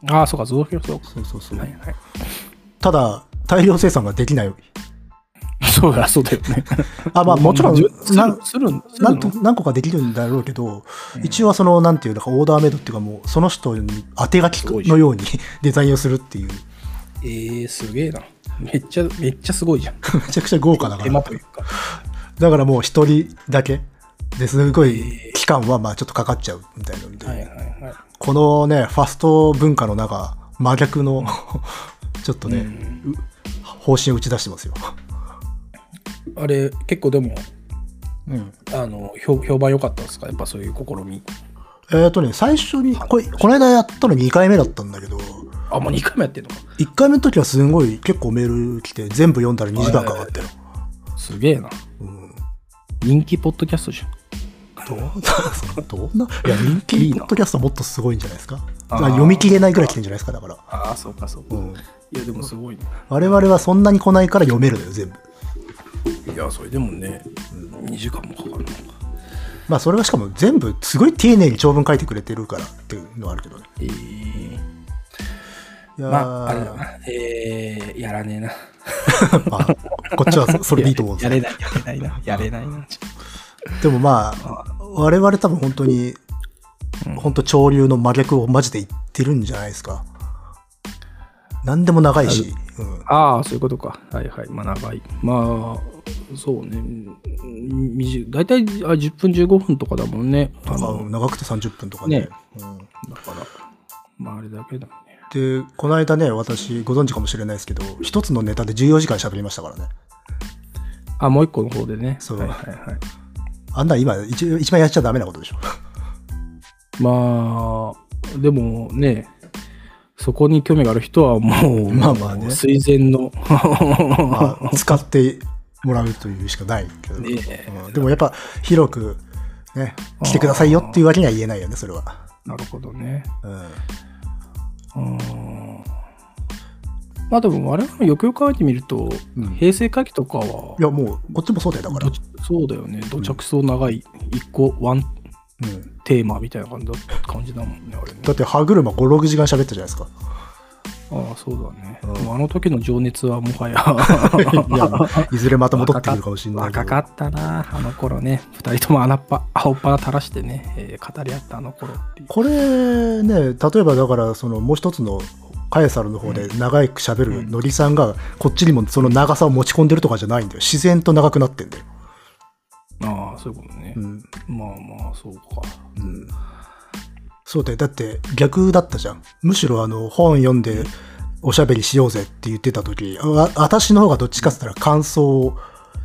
[SPEAKER 1] ああそうか増票そう
[SPEAKER 2] そうそうそう
[SPEAKER 1] かはいはい
[SPEAKER 2] ただ、大量生産ができない。
[SPEAKER 1] そうだそうだよね
[SPEAKER 2] あ、 まあ、もちろん、
[SPEAKER 1] じゅ
[SPEAKER 2] な
[SPEAKER 1] するんする
[SPEAKER 2] なん
[SPEAKER 1] の
[SPEAKER 2] と何個かできるんだろうけど、一応はその、なんていうのか、オーダーメイドっていうか、もう、その人に当て書きのように デザインをするっていう、
[SPEAKER 1] えー、すげえなめっちゃめっちゃすごいじゃん
[SPEAKER 2] めちゃくちゃ豪華だか
[SPEAKER 1] 手間
[SPEAKER 2] ら、
[SPEAKER 1] というか
[SPEAKER 2] だからもう一人だけですごい期間は、まあ、ちょっとかかっちゃうみたいなので、
[SPEAKER 1] はいはいはい
[SPEAKER 2] このね、ファスト文化の中、真逆の、 ちょっとね、う方針を打ち出してますよ。
[SPEAKER 1] あれ結構でも
[SPEAKER 2] うん
[SPEAKER 1] あの評評判良かったんですかやっぱそういう試み
[SPEAKER 2] えっ、とね、最初に、これ、この間やったの2回目だったんだけど、
[SPEAKER 1] あもう2回もやってんのか
[SPEAKER 2] 1回目の時はすごい結構メール来て、全部読んだら2時間かかったよ。
[SPEAKER 1] すげえな、人気ポッドキャストじゃん
[SPEAKER 2] どうなどう ないや、人
[SPEAKER 1] いいな
[SPEAKER 2] 気ポッドキャストはもっとすごいんじゃないですか
[SPEAKER 1] あー
[SPEAKER 2] だから読み切れないぐらい来てんじゃないですか、だから。
[SPEAKER 1] ああそうかそうか、
[SPEAKER 2] うん
[SPEAKER 1] いやでもすごいね
[SPEAKER 2] 我々はそんなに来ないから読めるのよ、全部。
[SPEAKER 1] いやそれでもね、2時間もかかるのか
[SPEAKER 2] まあ、それはしかも全部、すごい丁寧に長文書いてくれてるからっていうのはあるけどね。
[SPEAKER 1] えー、
[SPEAKER 2] いやー
[SPEAKER 1] まああれだなえー、やらねえな
[SPEAKER 2] まあこっちはそそれでいいと思うんです
[SPEAKER 1] や
[SPEAKER 2] よ
[SPEAKER 1] れないやれない なやれないな
[SPEAKER 2] でもまあ、我々多分本当に、本当潮流の真逆をマジで言ってるんじゃないですか。何でも長いし。うん
[SPEAKER 1] ああそういうことかはいはいまあ長いまあそうねうん短い大体あ10分15分とかだもんねあ
[SPEAKER 2] まあ
[SPEAKER 1] の
[SPEAKER 2] 長くて30分とかね。
[SPEAKER 1] ね
[SPEAKER 2] うん
[SPEAKER 1] だからまああれだけだもんね
[SPEAKER 2] で、この間ね、私、ご存知かもしれないですけど、一つのネタで14時間喋りましたからね。
[SPEAKER 1] あ、もう一個の方でね。
[SPEAKER 2] そう
[SPEAKER 1] はいはいはい。
[SPEAKER 2] あんな今、一一番やっちゃダメなことでしょ。
[SPEAKER 1] まあ、でもね、そこに興味がある人はもう、
[SPEAKER 2] まあまあね
[SPEAKER 1] 垂涎の。
[SPEAKER 2] まあ、使ってもらうというしかないけど、
[SPEAKER 1] ねえ
[SPEAKER 2] うんでもやっぱ、広く、ね、来てくださいよっていうわけには言えないよね、それは。
[SPEAKER 1] なるほどね。
[SPEAKER 2] う
[SPEAKER 1] う
[SPEAKER 2] ん
[SPEAKER 1] んまあでも、我々もよくよく考えてみると、
[SPEAKER 2] うん、
[SPEAKER 1] 平成回帰とかはい
[SPEAKER 2] や、もう、こっちもそうだよ、だから
[SPEAKER 1] ど。そうだよね、土着層長い、一個、ワン、
[SPEAKER 2] うん、
[SPEAKER 1] テーマみたいな感じだ感じだもんねあれね
[SPEAKER 2] だって歯車56時間喋ったじゃな いですか
[SPEAKER 1] ああそうだね、
[SPEAKER 2] うん
[SPEAKER 1] でもあの時の情熱はもはや
[SPEAKER 2] いやまあいずれまた戻ってくるかもしれないけど
[SPEAKER 1] 若かったなあの頃ね2人とも穴っぱ青っぱ垂らしてね、えー語り合ったあの頃っていう
[SPEAKER 2] これね例えばだからそのもう一つのカエサルの方で長く喋るのりさんがこっちにもその長さを持ち込んでるとかじゃないんだよ自然と長くなってんだよ、
[SPEAKER 1] ああそういうことね、
[SPEAKER 2] うん
[SPEAKER 1] まあまあそうか
[SPEAKER 2] うん、そうだよだって逆だったじゃんむしろあの本読んでおしゃべりしようぜって言ってた時あ私の方がどっちかっつったら感想を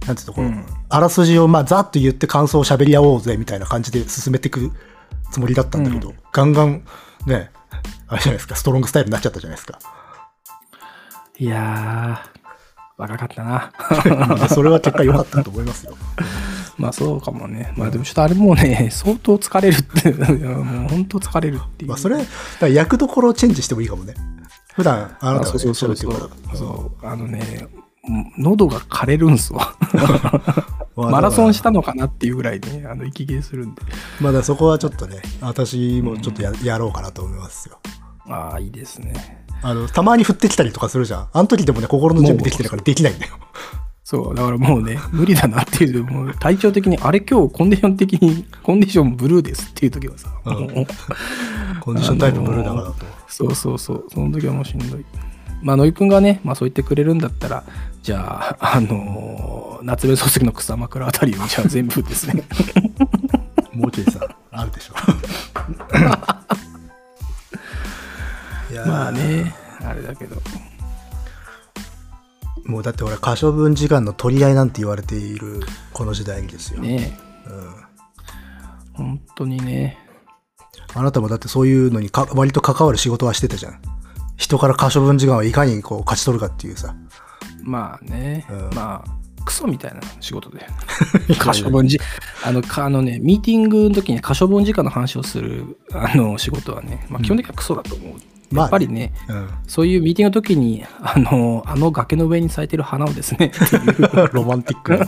[SPEAKER 2] なんていうのこの、
[SPEAKER 1] うん
[SPEAKER 2] あらすじをまあざっと言って感想をしゃべり合おうぜみたいな感じで進めていくつもりだったんだけど、ガンガンねあれじゃないですかストロングスタイルになっちゃったじゃないですか
[SPEAKER 1] いやー若かったな
[SPEAKER 2] それは結果良かったと思いますよ。
[SPEAKER 1] まあそうかもねまあでもちょっとあれもうね相当疲れるって いういやもう本当疲れるっていう
[SPEAKER 2] まあ、それ、だから役どころをチェンジしてもいいかもね。普段あなたがね喋ってるから。
[SPEAKER 1] そうあのねうん喉が枯れるんすわ
[SPEAKER 2] まあ
[SPEAKER 1] マラソンしたのかなっていうぐらいねあの息切れするんで
[SPEAKER 2] まだそこはちょっとね、私もちょっとや,、やろうかなと思いますよ。
[SPEAKER 1] ああいいですね
[SPEAKER 2] あの、たまに降ってきたりとかするじゃん。あの時でもね、心の準備できてるからできないんだ よ。
[SPEAKER 1] そうだからもうね無理だなって いうもう体調的にあれ今日コンディション的にコンディションブルーですっていう時はさ、
[SPEAKER 2] うん
[SPEAKER 1] もう
[SPEAKER 2] コンディションタイプブルーだからと。
[SPEAKER 1] そうそうそう、その時はもうしんどい。まあ、野井くんがね、まあ、そう言ってくれるんだったら、じゃあ、あのー夏目漱石の草枕あたりを、 じゃあ全部ですね。
[SPEAKER 2] もうちょいさ、あるで しょ。いやー
[SPEAKER 1] まあね、 あれだけど。
[SPEAKER 2] もうだって俺、可処分時間の取り合いなんて言われているこの時代にですよ。
[SPEAKER 1] ね
[SPEAKER 2] うん
[SPEAKER 1] 本当にね。
[SPEAKER 2] あなたもだってそういうのにか割と関わる仕事はしてたじゃん。人から可処分時間をいかにこう勝ち取るかっていうさ。
[SPEAKER 1] まあね、
[SPEAKER 2] うん
[SPEAKER 1] まあ、クソみたいな仕事で。 可処分時あのかあのね、ミーティングの時に可処分時間の話をするあの仕事はね、まあ、基本的にはクソだと思う。
[SPEAKER 2] まあね
[SPEAKER 1] やっぱりね、
[SPEAKER 2] うん、
[SPEAKER 1] そういうミーティングの時に、あの、あの崖の上に咲いてる花をです ね、っていう
[SPEAKER 2] ロマンティックな。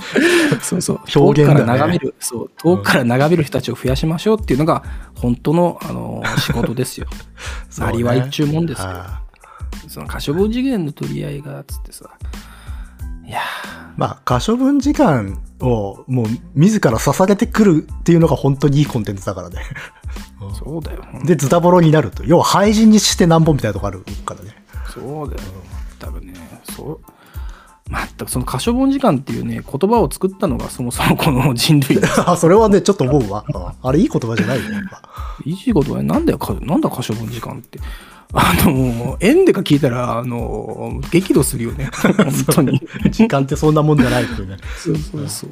[SPEAKER 1] そうそう
[SPEAKER 2] 表現だ
[SPEAKER 1] 遠くから
[SPEAKER 2] ね
[SPEAKER 1] 眺めるそう遠くから眺める人たちを増やしましょうっていうのが本当のあの仕事ですよ
[SPEAKER 2] そう
[SPEAKER 1] な
[SPEAKER 2] ね
[SPEAKER 1] りわいっちゅうもんですよ
[SPEAKER 2] ああ
[SPEAKER 1] その可処分次元の取り合いがつってさいや
[SPEAKER 2] まあ、可処分時間をもう自ら捧げてくるっていうのが本当にいいコンテンツだからね。
[SPEAKER 1] ーそうだよほん
[SPEAKER 2] で、ズタボロになると。要は廃人にしてなんぼみたいなとこあるからね。
[SPEAKER 1] そうだよ多分ねそう全くその可処分時間っていうね言葉を作ったのがそもそもこの人類
[SPEAKER 2] あそれはね、ちょっと思うわ。うんあれいい言葉じゃないよ。やっ ぱ
[SPEAKER 1] いいことはなんだよかなんだ可処分時間ってあの円でか聞いたらあの激怒するよ ね本当に
[SPEAKER 2] 時間ってそんなもんじゃないっていうね。
[SPEAKER 1] そうそうそう。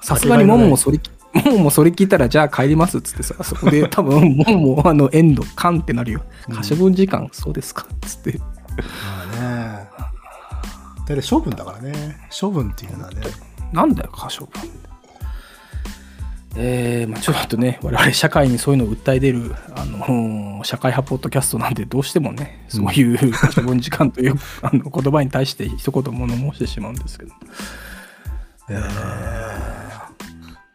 [SPEAKER 1] さすがにもももそれき、もももそれ聞いたら、じゃあ帰りますっつってさ、そこで多分、ももも、あの、エンド、カンってなるよ。可処分時間、そうですかっつって。
[SPEAKER 2] まあね。だって処分だからね。処分っていうのはね。
[SPEAKER 1] なんだよ、可処分って。えーまあ、ちょっとね、我々社会にそういうのを訴え出る、あの社会派ポッドキャストなんで、どうしてもね、そういう可処分時間という、 あの言葉に対して一言物申してしまうんですけど。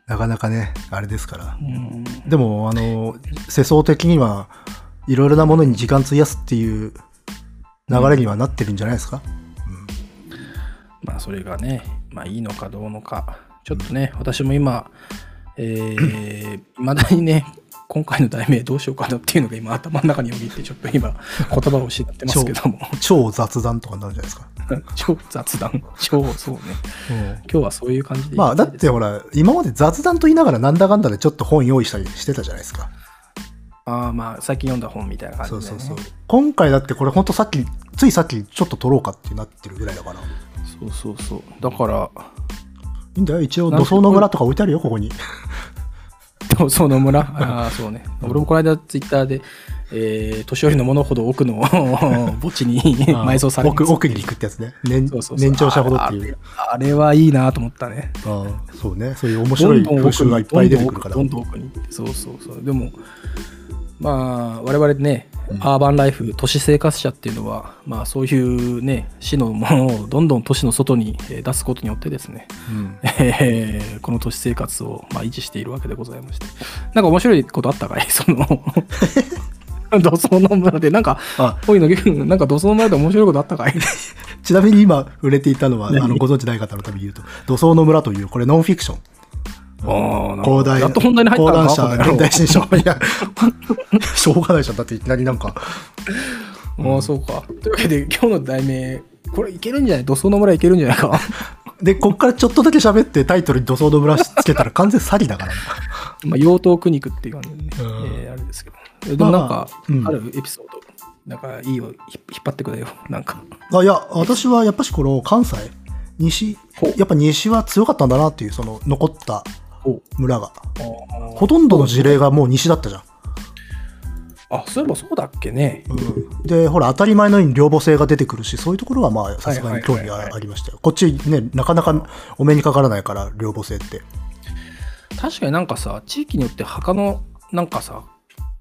[SPEAKER 2] なかなかね、あれですから
[SPEAKER 1] う。ん
[SPEAKER 2] でも、あの、世相的には、いろいろなものに時間費やすっていう流れにはなってるんじゃないですか、
[SPEAKER 1] まあそれがね、まあいいのかどうのか。ちょっとね、私も今、えー、未だにね、今回の題名どうしようかなっていうのが今頭の中によぎって、ちょっと今言葉を失ってますけども、
[SPEAKER 2] 超雑談とかになるんじゃないですか。
[SPEAKER 1] 超雑談、超そうね。今日はそういう感じで。
[SPEAKER 2] まあ、だって、ほら、今まで雑談と言いながらなんだかんだでちょっと本用意したりしてたじゃないですか。
[SPEAKER 1] ああまあ最近読んだ本みたいな
[SPEAKER 2] そ
[SPEAKER 1] 感
[SPEAKER 2] う
[SPEAKER 1] じで、
[SPEAKER 2] そ
[SPEAKER 1] ね。
[SPEAKER 2] うそう。今回だってこれほんとさっき、ついさっきちょっと撮ろうかってなってるぐらいだから。い
[SPEAKER 1] そうそうそう。だから、
[SPEAKER 2] いんだよ、一応土葬の村とか置いてあるよ、ここに。
[SPEAKER 1] そうその 村ああそうね俺もこの間ツイッターで、えー年寄りのものほど奥の 墓地に埋葬されて
[SPEAKER 2] 奥奥に行くってやつね。年
[SPEAKER 1] そうそうそう
[SPEAKER 2] 年長者ほどっていう。
[SPEAKER 1] ああれあれはいいなと思ったね
[SPEAKER 2] ああそうね。そういう面白い風習がいっぱい出てくるから。
[SPEAKER 1] どんどん奥にどんどん奥に行ってそうそうそうでもまあ我々ね、アーバンライフ都市生活者っていうのは、まあ、そういうね市のものをどんどん都市の外にえー出すことによってですね、
[SPEAKER 2] うん
[SPEAKER 1] えー この都市生活をまあ維持しているわけでございましてなんか面白いことあったかい その土葬の村でなんか
[SPEAKER 2] あ
[SPEAKER 1] おいのぎくんなんか土葬の村で面白いことあった かい
[SPEAKER 2] ちなみに今売れていたのは、あ
[SPEAKER 1] 何
[SPEAKER 2] の、ご存知ない方のために言うと、土層の村という、これノンフィクション。
[SPEAKER 1] おーなんか
[SPEAKER 2] 講談
[SPEAKER 1] やっと本題に入った
[SPEAKER 2] 講
[SPEAKER 1] の
[SPEAKER 2] 談
[SPEAKER 1] か
[SPEAKER 2] 社
[SPEAKER 1] この野郎
[SPEAKER 2] 現代新書。いや、しょうがないじゃん。だっていきなりなんか、
[SPEAKER 1] ああそうかというわけで今日の題名これいけるんじゃない土葬の村いけるんじゃないか
[SPEAKER 2] で、こっからちょっとだけ喋ってタイトルに土層の村つけたら完全サリだからね。
[SPEAKER 1] まあ妖刀苦肉っていう感じでね、
[SPEAKER 2] うん
[SPEAKER 1] えーあれですけどでもなん
[SPEAKER 2] まあ
[SPEAKER 1] か、
[SPEAKER 2] まあ
[SPEAKER 1] あるエピソードなんかいいよひ引っ張ってくれよなんか
[SPEAKER 2] あいや、私はやっぱしこの関西、西
[SPEAKER 1] ほう、
[SPEAKER 2] やっぱ西は強かったんだなっていう、その残った
[SPEAKER 1] お
[SPEAKER 2] 村が。
[SPEAKER 1] あ
[SPEAKER 2] ほとんどの事例がもう西だったじゃん。
[SPEAKER 1] あそういえばそうだっけね
[SPEAKER 2] うんで、ほら、当たり前のように両母性が出てくるし、そういうところはまあ、さすがに興
[SPEAKER 1] はいはいはい
[SPEAKER 2] 味が
[SPEAKER 1] はい
[SPEAKER 2] ありましたよ。こっちね、なかなかお目にかからないから、両母性って。
[SPEAKER 1] 確かになんかさ地域によって墓のなんかさ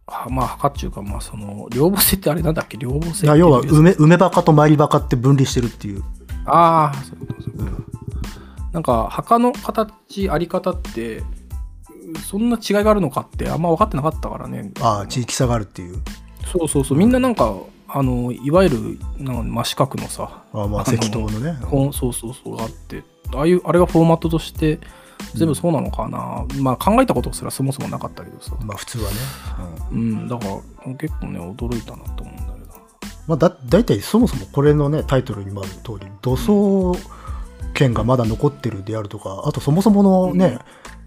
[SPEAKER 1] はまあ墓っていうかまあその両母性ってあれなんだっけ両母性
[SPEAKER 2] いや要は梅、梅バカと参りバカって分離してるっていう。
[SPEAKER 1] ああそういうことそういうことなんか墓の形あり方ってそんな違いがあるのかってあんま分かってなかったからね
[SPEAKER 2] ああ、地域差があるっていう。
[SPEAKER 1] そうそうそうみんななんかあのいわゆるなんか真四角のさ
[SPEAKER 2] ああまあ、
[SPEAKER 1] あの
[SPEAKER 2] 赤道のね。
[SPEAKER 1] こうそうそうそうあってああいうあれがフォーマットとして全部そうなのかな、まあ考えたことすらそもそもなかったけどさ
[SPEAKER 2] まあ、普通はね。うん
[SPEAKER 1] うんだから結構ね驚いたなと思うんだけど
[SPEAKER 2] まあ、だ大体そもそもこれのねタイトルにもある通り土葬権がまだ残ってるであるとかあとそもそものね、
[SPEAKER 1] うん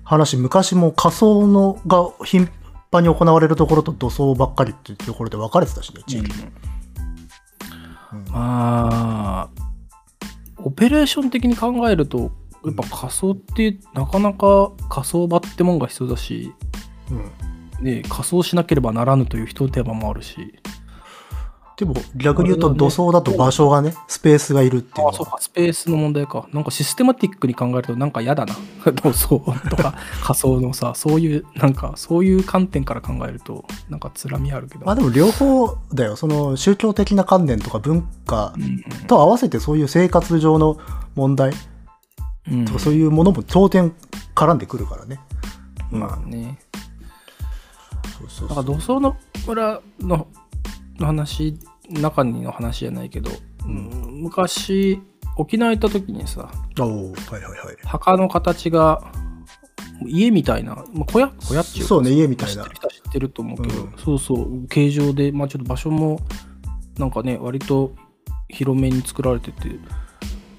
[SPEAKER 2] 話昔も火葬のが頻繁に行われるところと土葬ばっかりっていうところで分かれてたしね地域、うん
[SPEAKER 1] まあオペレーション的に考えるとやっぱ仮想ってなかなか仮想場ってもんが必要だし、
[SPEAKER 2] うん
[SPEAKER 1] ね、仮想しなければならぬという一手間もあるし
[SPEAKER 2] でも逆に言う
[SPEAKER 1] あ
[SPEAKER 2] と
[SPEAKER 1] れだね
[SPEAKER 2] 土葬だと場所がねスペースがいるっていう
[SPEAKER 1] あ
[SPEAKER 2] の
[SPEAKER 1] そう
[SPEAKER 2] が
[SPEAKER 1] かスペースの問題かなんかシステマティックに考えるとなんか嫌だな 同窓とか 仮想のさそういうなんかそういう観点から考えるとなんかつらみあるけど、
[SPEAKER 2] まあでも両方だよその宗教的な観念とか文化
[SPEAKER 1] うん
[SPEAKER 2] と合わせてそういう生活上の問題
[SPEAKER 1] うん
[SPEAKER 2] とかそういうものも当然絡んでくるからね、うん
[SPEAKER 1] まあね
[SPEAKER 2] そうそう
[SPEAKER 1] だか
[SPEAKER 2] そ
[SPEAKER 1] ら
[SPEAKER 2] う
[SPEAKER 1] 土葬の村のの話中にの話じゃないけど、うん昔沖縄行った時にさ
[SPEAKER 2] あおーはいはいはい
[SPEAKER 1] 墓の形が家みたいな、まあ、小屋小屋っていうか
[SPEAKER 2] そうね家みたい
[SPEAKER 1] 知っ
[SPEAKER 2] な
[SPEAKER 1] てる人は知ってると思うけど、
[SPEAKER 2] うん
[SPEAKER 1] そうそう形状で、まあ、ちょっと場所もなんかね割と広めに作られてて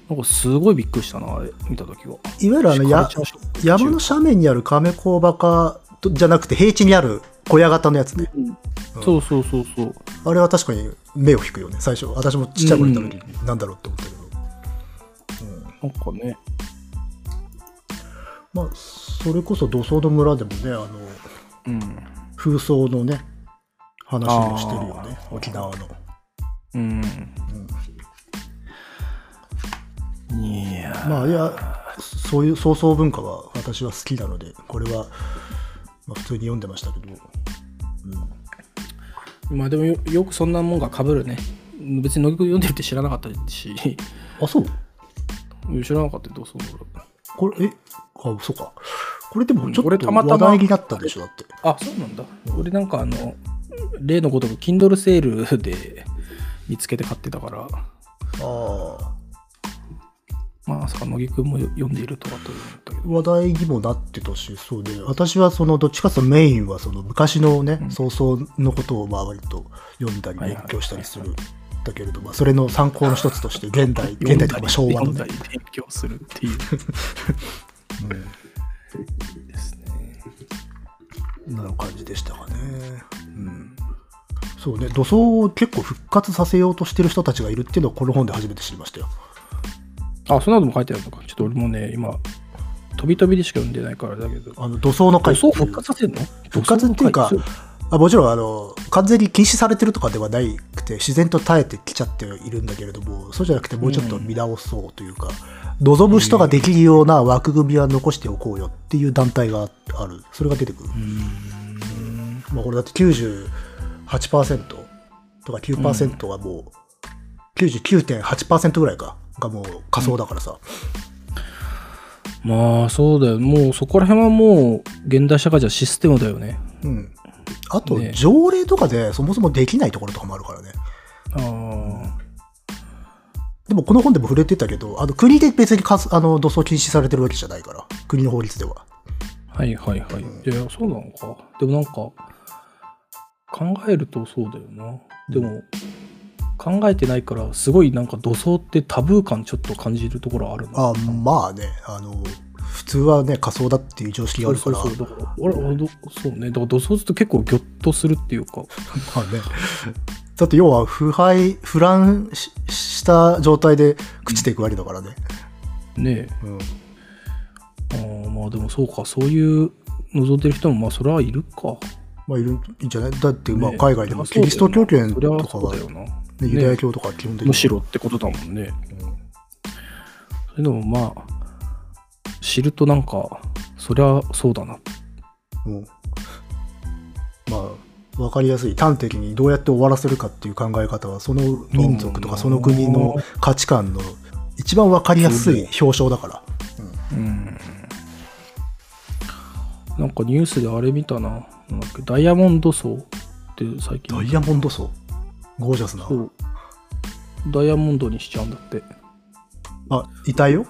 [SPEAKER 1] なんかすごいびっくりしたなあれ見た時はい
[SPEAKER 2] わゆるあのや山の斜面にある亀甲バカとじゃなくて平地にある小屋型のやつね
[SPEAKER 1] うんそうそうそうそう
[SPEAKER 2] あれは確かに目を引くよね最初私もちっちゃい頃行った時になんだろうって思ったけど、
[SPEAKER 1] なんかね
[SPEAKER 2] まあそれこそ土葬の村でもねあの
[SPEAKER 1] うん
[SPEAKER 2] 風葬のね話もしてるよね
[SPEAKER 1] あー
[SPEAKER 2] 沖縄の
[SPEAKER 1] うん、いやー
[SPEAKER 2] まあいやそういう葬送文化は私は好きなのでこれは、まあ、普通に読んでましたけど、
[SPEAKER 1] まあでもよよくそんなもんがかぶるね別に乃木君読んでるって知らなかったし
[SPEAKER 2] あそう
[SPEAKER 1] 知らなかったよどうするんだろう
[SPEAKER 2] これえあそうかこれでもちょ
[SPEAKER 1] こ
[SPEAKER 2] っ
[SPEAKER 1] れ
[SPEAKER 2] と
[SPEAKER 1] たまたま
[SPEAKER 2] 話題になったでしょだって
[SPEAKER 1] あそうなんだ俺なんかあの例のごとく Kindle セールで見つけて買ってたから
[SPEAKER 2] ああ
[SPEAKER 1] まあさか乃木君もよ読んでいるとはと思ったけど
[SPEAKER 2] 話題にもなってたしそうで私はそのどっちかというとメインはその昔のね早々のことをまあ割と読んだり
[SPEAKER 1] はいはい
[SPEAKER 2] 勉強したりするんだけれどもそれの参考の一つとして現代現代とかまあ昭和
[SPEAKER 1] 読ん
[SPEAKER 2] の
[SPEAKER 1] だ
[SPEAKER 2] ね
[SPEAKER 1] り勉強するっていう、いいですね
[SPEAKER 2] なの感じでしたかね。うんそうね土葬を結構復活させようとしてる人たちがいるっていうのをこの本で初めて知りましたよ。
[SPEAKER 1] あそんなことも書いてあるのかちょっと俺もね今飛び飛びでしか読んでないからあれだけど
[SPEAKER 2] あの土葬の会
[SPEAKER 1] 土葬復活させるの
[SPEAKER 2] 復活っていうか
[SPEAKER 1] 土葬の
[SPEAKER 2] あもちろんあの完全に禁止されてるとかではなくて自然と耐えてきちゃっているんだけれどもそうじゃなくてもうちょっと見直そうというか、望む人ができるような枠組みは残しておこうよっていう団体があるそれが出てくる、
[SPEAKER 1] 回うーん
[SPEAKER 2] まあ、これだって98%とか9%がもう、99.8%ぐらいかがもう仮想だからさ、
[SPEAKER 1] まあそうだよもうそこら辺はもう現代社会じゃシステムだよね
[SPEAKER 2] うんあと
[SPEAKER 1] ね
[SPEAKER 2] 条例とかでそもそもできないところとかもあるからね
[SPEAKER 1] ああ
[SPEAKER 2] でもこの本でも触れてたけどあの国で別にかすあの土葬禁止されてるわけじゃないから国の法律では
[SPEAKER 1] はいはいはい、いやそうなのかでもなんか考えるとそうだよなでも考えてないからすごいなんか土葬ってタブー感ちょっと感じるところあるな
[SPEAKER 2] あまあねあの普通はね仮想だっていう常識があるから
[SPEAKER 1] そうそうそうだから俺俺どそうねだから土葬って結構ギョッとするっていうか
[SPEAKER 2] まあねだって要は腐敗腐乱しした状態で朽ちていくわけだからね、
[SPEAKER 1] ねえ
[SPEAKER 2] う
[SPEAKER 1] あ
[SPEAKER 2] ん
[SPEAKER 1] ーまあでもそうかそういう覗いてる人もまあそれはいるか
[SPEAKER 2] まあいるんじゃないだってまあ
[SPEAKER 1] ねえ
[SPEAKER 2] 海外でも
[SPEAKER 1] そりゃ
[SPEAKER 2] キリスト教圏
[SPEAKER 1] そりゃ
[SPEAKER 2] とか
[SPEAKER 1] そう
[SPEAKER 2] は、
[SPEAKER 1] だ
[SPEAKER 2] ね
[SPEAKER 1] よな、
[SPEAKER 2] ユダヤ教とかは基本的に
[SPEAKER 1] むしろってことだもんね、それでもまあ知るとなんかそりゃそうだな
[SPEAKER 2] うんまあ分かりやすい端的にどうやって終わらせるかっていう考え方はその民族とかその国の価値観の一番分かりやすい表彰だから
[SPEAKER 1] うんなんかニュースであれ見たななんだっけダイヤモンド層って最近
[SPEAKER 2] ダイヤモンド層ゴージャスな
[SPEAKER 1] そうダイヤモンドにしちゃうんだって
[SPEAKER 2] あいたよ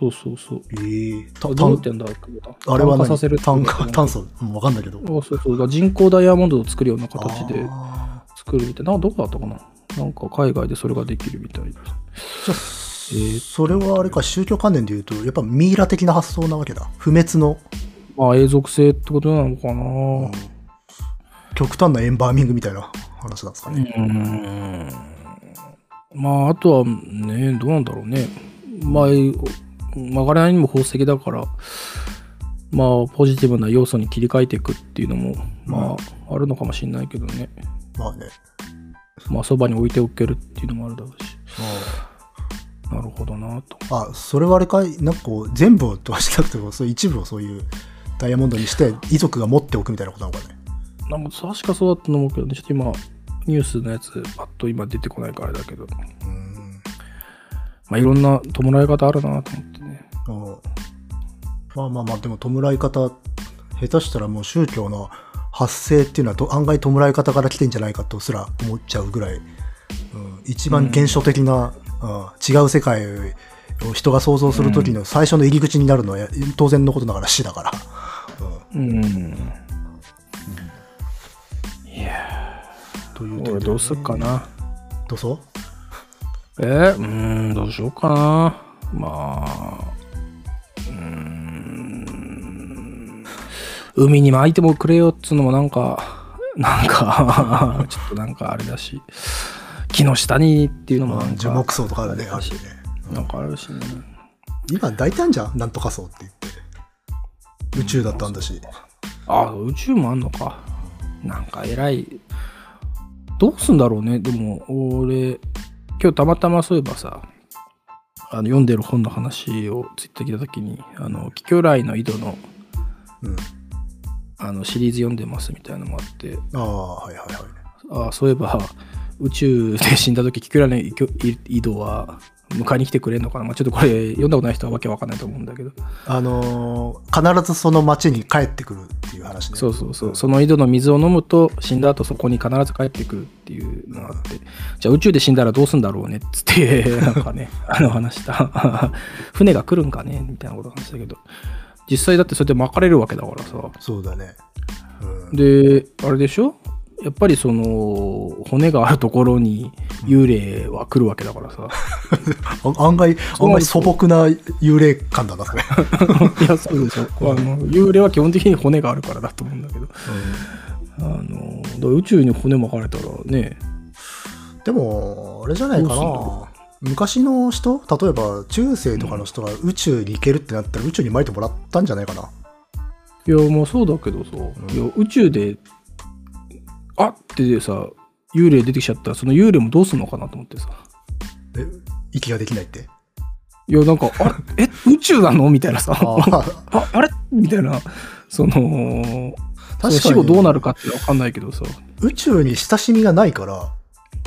[SPEAKER 1] そうそうそう
[SPEAKER 2] えー、た
[SPEAKER 1] どうなったてんだろう久保田
[SPEAKER 2] あれは
[SPEAKER 1] 炭化
[SPEAKER 2] 何
[SPEAKER 1] させるって
[SPEAKER 2] 炭
[SPEAKER 1] こと
[SPEAKER 2] 化
[SPEAKER 1] ね
[SPEAKER 2] 炭素分かんないけど
[SPEAKER 1] あそうそうだから人工ダイヤモンドを作るような形で
[SPEAKER 2] あ
[SPEAKER 1] 作るみたいななんかどこだったかななんか海外でそれができるみたいです
[SPEAKER 2] ーそれはあれか宗教観念でいうとやっぱミイラ的な発想なわけだ不滅の
[SPEAKER 1] まあ永続性ってことなのかな
[SPEAKER 2] 極端なエンバーミングみたいな話なんですかね、
[SPEAKER 1] うんまああとはねどうなんだろうねまあ曲がらないにも宝石だからまあポジティブな要素に切り替えていくっていうのもまああるのかもしれないけどね
[SPEAKER 2] まあね
[SPEAKER 1] まあそばに置いておけるっていうのもあるだろうしなるほどなと
[SPEAKER 2] あそれはあれかいなんかこう全部とはしなくてもそう一部をそういうダイヤモンドにして遺族が持っておくみたいなことなのかね
[SPEAKER 1] なんか確かそうだったと思うけどねちょっと今ニュースのやつパッと今出てこないからあれだけど
[SPEAKER 2] うん
[SPEAKER 1] まあいろんな弔い方あるなと思ってね
[SPEAKER 2] あまあまあまあでも弔い方下手したらもう宗教の発生っていうのはと案外弔い方から来てんじゃないかとすら思っちゃうぐらい、うん、一番原初的な、うん違う世界を人が想像する時の最初の入り口になるのはや当然のことながら死だから、うん
[SPEAKER 1] うん
[SPEAKER 2] という
[SPEAKER 1] 俺どうすっかな
[SPEAKER 2] どうぞ
[SPEAKER 1] えー、うーんどうしようかなまあうーん海に巻いてもくれよっつうのもなんかなんか ちょっとなんかあれだし木の下にっていうのもなんか
[SPEAKER 2] 樹木葬とかねあるしね
[SPEAKER 1] なんかあるしね
[SPEAKER 2] 今大体あんじゃんなんとか葬って言って宇宙だったんだし、
[SPEAKER 1] あ宇宙もあんのかなんか偉いどうすんだろうねでも俺今日たまたまそういえばさあの読んでる本の話をツイッター来た時に「あの気境来の井戸の」
[SPEAKER 2] うん、
[SPEAKER 1] あのシリーズ読んでますみたいなのもあって
[SPEAKER 2] ああはいはいはい
[SPEAKER 1] あそういえば宇宙で死んだ時気境来の井戸井戸は迎えに来てくれんのかな、まあ、ちょっとこれ読んだことない人はわけわかんないと思うんだけど
[SPEAKER 2] あのー必ずその町に帰ってくるっていう話ね。
[SPEAKER 1] そうそうそう、その井戸の水を飲むと死んだ後そこに必ず帰ってくるっていうのがあって、じゃあ宇宙で死んだらどうすんだろうねっつって なんかねあの話した 船が来るんかねみたいなこと話したけど実際だってそれで巻かれるわけだからさ
[SPEAKER 2] そうだね。うん、
[SPEAKER 1] であれでしょやっぱりその骨があるところに幽霊は来るわけだから さ、
[SPEAKER 2] あ案外、
[SPEAKER 1] う
[SPEAKER 2] 案外素朴な幽霊感だ な、それ。
[SPEAKER 1] いやそうでしょあの幽霊は基本的に骨があるからだと思うんだけどあのだから宇宙に骨巻かれたらね
[SPEAKER 2] でも、あれじゃないか
[SPEAKER 1] ど
[SPEAKER 2] な。昔の人、例えば中世とかの人が宇宙に行けるってなったら宇宙に巻いてもらったんじゃないかな。
[SPEAKER 1] いやまあそうだけどさ、いや宇宙であってさ幽霊出てきちゃったらその幽霊もどうすんのかなと思ってさ
[SPEAKER 2] え息ができないって。
[SPEAKER 1] いやなんかあ れえ宇宙なのみたいなさ
[SPEAKER 2] あ
[SPEAKER 1] ああれみたいなその確か
[SPEAKER 2] 確
[SPEAKER 1] 死
[SPEAKER 2] か
[SPEAKER 1] 後
[SPEAKER 2] に
[SPEAKER 1] どうなるかって分かんないけどさ。
[SPEAKER 2] 宇宙に親しみがないから、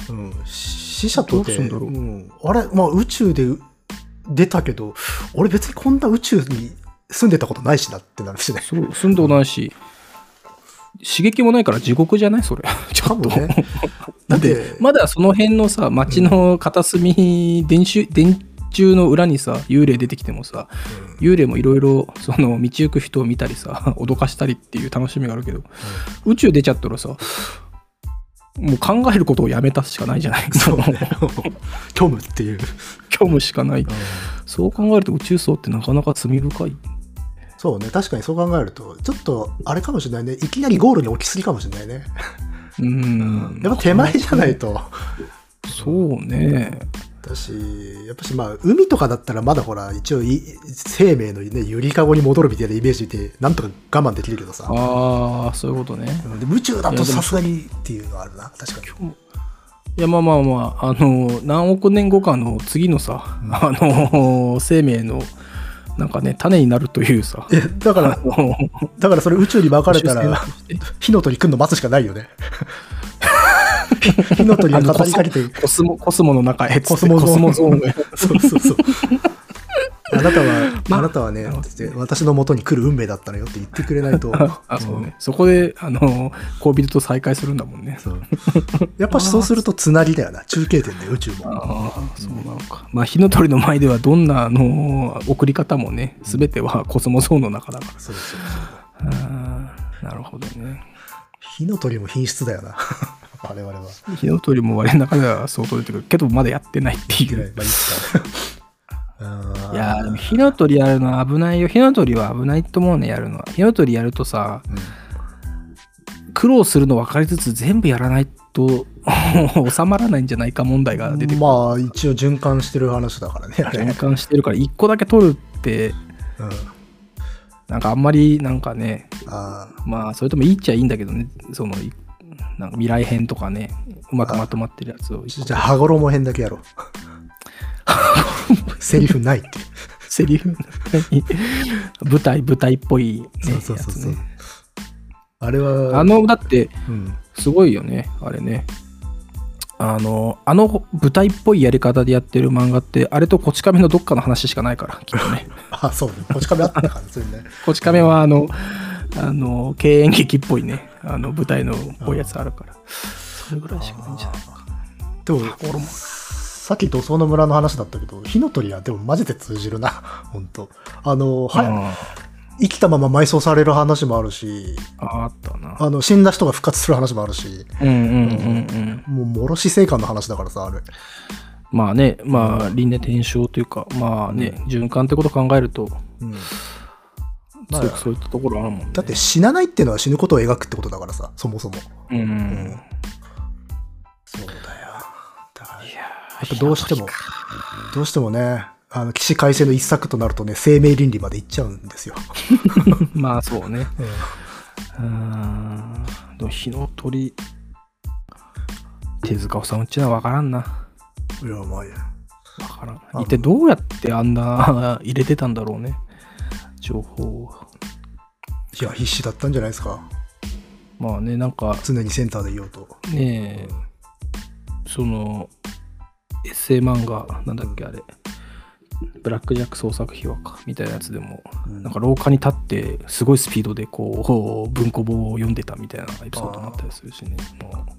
[SPEAKER 2] うん、死者と
[SPEAKER 1] ど
[SPEAKER 2] て、、
[SPEAKER 1] うすんだろうん
[SPEAKER 2] あれ、まあ、宇宙で出たけど、俺別にこんな宇宙に住んでたことないしなってなるしね。
[SPEAKER 1] そう、住んどないし、刺激もないから地獄じゃないそれ。 ち
[SPEAKER 2] 多
[SPEAKER 1] ょっと。
[SPEAKER 2] 分ね。
[SPEAKER 1] だって、まだその辺のさ、街の片隅、電柱、電柱の裏にさ、幽霊出てきてもさ、幽霊もいろいろ、その、道行く人を見たりさ、 脅かしたりっていう楽しみがあるけど、宇宙出ちゃったらさ、もう考えることをやめたしかないじゃない。
[SPEAKER 2] そうね 虚無って いう。
[SPEAKER 1] 虚無しかない。そう考えると宇宙層ってなかなか罪深い。
[SPEAKER 2] そうね、確かにそう考えると、ちょっとあれかもしれないね、いきなりゴールに置きすぎかもしれないね。
[SPEAKER 1] うん。
[SPEAKER 2] やっぱ手前じゃないと。
[SPEAKER 1] そうね。
[SPEAKER 2] だし、やっぱしまあ、海とかだったらまだほら、一応い、生命のね、ゆりかごに戻るみたいなイメージで、なんとか我慢できるけどさ。
[SPEAKER 1] ああ、そういうことね。
[SPEAKER 2] うんで宇宙
[SPEAKER 1] い
[SPEAKER 2] だと
[SPEAKER 1] やでも
[SPEAKER 2] さすがにっていうのはあるな、確かに。
[SPEAKER 1] いやまあまあまあ、あの何億年後かの次のさ、
[SPEAKER 2] うん
[SPEAKER 1] あの生命のなんかね種になるというさ
[SPEAKER 2] え、だか
[SPEAKER 1] あ
[SPEAKER 2] ら、
[SPEAKER 1] の
[SPEAKER 2] だからそれ宇宙に分かれた
[SPEAKER 1] 宇宙
[SPEAKER 2] ら
[SPEAKER 1] 船として、
[SPEAKER 2] 火の鳥くんの待つしかないよね。火の鳥が語りか けて、
[SPEAKER 1] コスモコスモの中へっつって
[SPEAKER 2] コスモゾーン
[SPEAKER 1] コスモゾーンへ
[SPEAKER 2] そうそ うそう。あなたは、
[SPEAKER 1] まあ
[SPEAKER 2] あなたはね、つって私の元に来る運命だったのよって言ってくれないと。
[SPEAKER 1] あそうね、そこであの恋人と再会するんだもんね
[SPEAKER 2] そう。やっぱしそうするとつなぎだよな、中継点で宇宙も。
[SPEAKER 1] ああそうなのか、まあ火の鳥の前ではどんなあの送り方もね全てはコスモゾーンの中だか
[SPEAKER 2] そうそうそう。
[SPEAKER 1] ら、あーなるほどね
[SPEAKER 2] 火の鳥も品質だ よな。我々は。
[SPEAKER 1] 火の鳥も我の中では相当出てくるけどまだやってないって
[SPEAKER 2] い
[SPEAKER 1] い
[SPEAKER 2] く
[SPEAKER 1] う
[SPEAKER 2] らい、まあいいっすか。
[SPEAKER 1] いやーでも火の鳥やるのは危ないよ火の鳥は危ないと思うねやるのは火の鳥やるとさ
[SPEAKER 2] うん
[SPEAKER 1] 苦労するの分かりつつ全部やらないと 収まらないんじゃないか問題が出てくる、
[SPEAKER 2] まあ一応循環してる話だからねあれ、
[SPEAKER 1] 循環してるから1個だけ取るって
[SPEAKER 2] うん、
[SPEAKER 1] なんかあんまりなんかね
[SPEAKER 2] あー
[SPEAKER 1] まあそれともいいっちゃいいんだけどねそのいなんか未来編とかねうまくまとまってるやつを
[SPEAKER 2] じゃあ羽衣編だけ やろうセリフないって
[SPEAKER 1] セリフ 舞台舞台っぽい、ね、
[SPEAKER 2] そうそうそうそう、
[SPEAKER 1] やつね
[SPEAKER 2] あれは
[SPEAKER 1] あのだって
[SPEAKER 2] うん、
[SPEAKER 1] すごいよね、あれね。あの、あの舞台っぽいやり方でやってる漫画って、あれとこち亀のどっかの話しかないから、きっと ね。
[SPEAKER 2] あそうねこち亀あったからそれね
[SPEAKER 1] こち亀は、あの、あの、敬遠劇っぽいね、あの、舞台のこういうやつあるから。それぐらいしかないんじゃないか
[SPEAKER 2] でもさっき土葬の村の話だったけど火の鳥はでもマジで通じるな 本当あの、
[SPEAKER 1] な。
[SPEAKER 2] は生きたまま埋葬される話もあるし
[SPEAKER 1] あああったな。
[SPEAKER 2] あの死んだ人が復活する話もあるし
[SPEAKER 1] うんうんうんうん。
[SPEAKER 2] もうもろし生還の話だからさあれ
[SPEAKER 1] まあね、まあ、輪廻転生というか、まあね、循環ってこと考えると、
[SPEAKER 2] うん
[SPEAKER 1] すごくそういったところあるもんね。
[SPEAKER 2] だって死なないっていうのは死ぬことを描くってことだからさそもそも
[SPEAKER 1] うん、
[SPEAKER 2] うん
[SPEAKER 1] や
[SPEAKER 2] そうだよだからや
[SPEAKER 1] っ
[SPEAKER 2] っぱどうしてもどうしてもねあの起死回生の一作となるとね生命倫理までいっちゃうんですよ、
[SPEAKER 1] まあそうね。うーん。でも火の鳥。手塚治虫っちのは分からんな。
[SPEAKER 2] いやまあいいや
[SPEAKER 1] 分から
[SPEAKER 2] あ
[SPEAKER 1] ん。一体どうやってあんな 入れてたんだろうね。情報を。
[SPEAKER 2] いや必死だったんじゃないですか
[SPEAKER 1] まあね、なんか
[SPEAKER 2] 常にセンターでいようと
[SPEAKER 1] ねえ、その、エッセイ漫画、なんだっけあれ。ブラックジャック創作秘話かみたいなやつでも、
[SPEAKER 2] うん
[SPEAKER 1] なんか廊下に立ってすごいスピードでこう 文庫本を読んでたみたいなエピソードもあったりするしねもう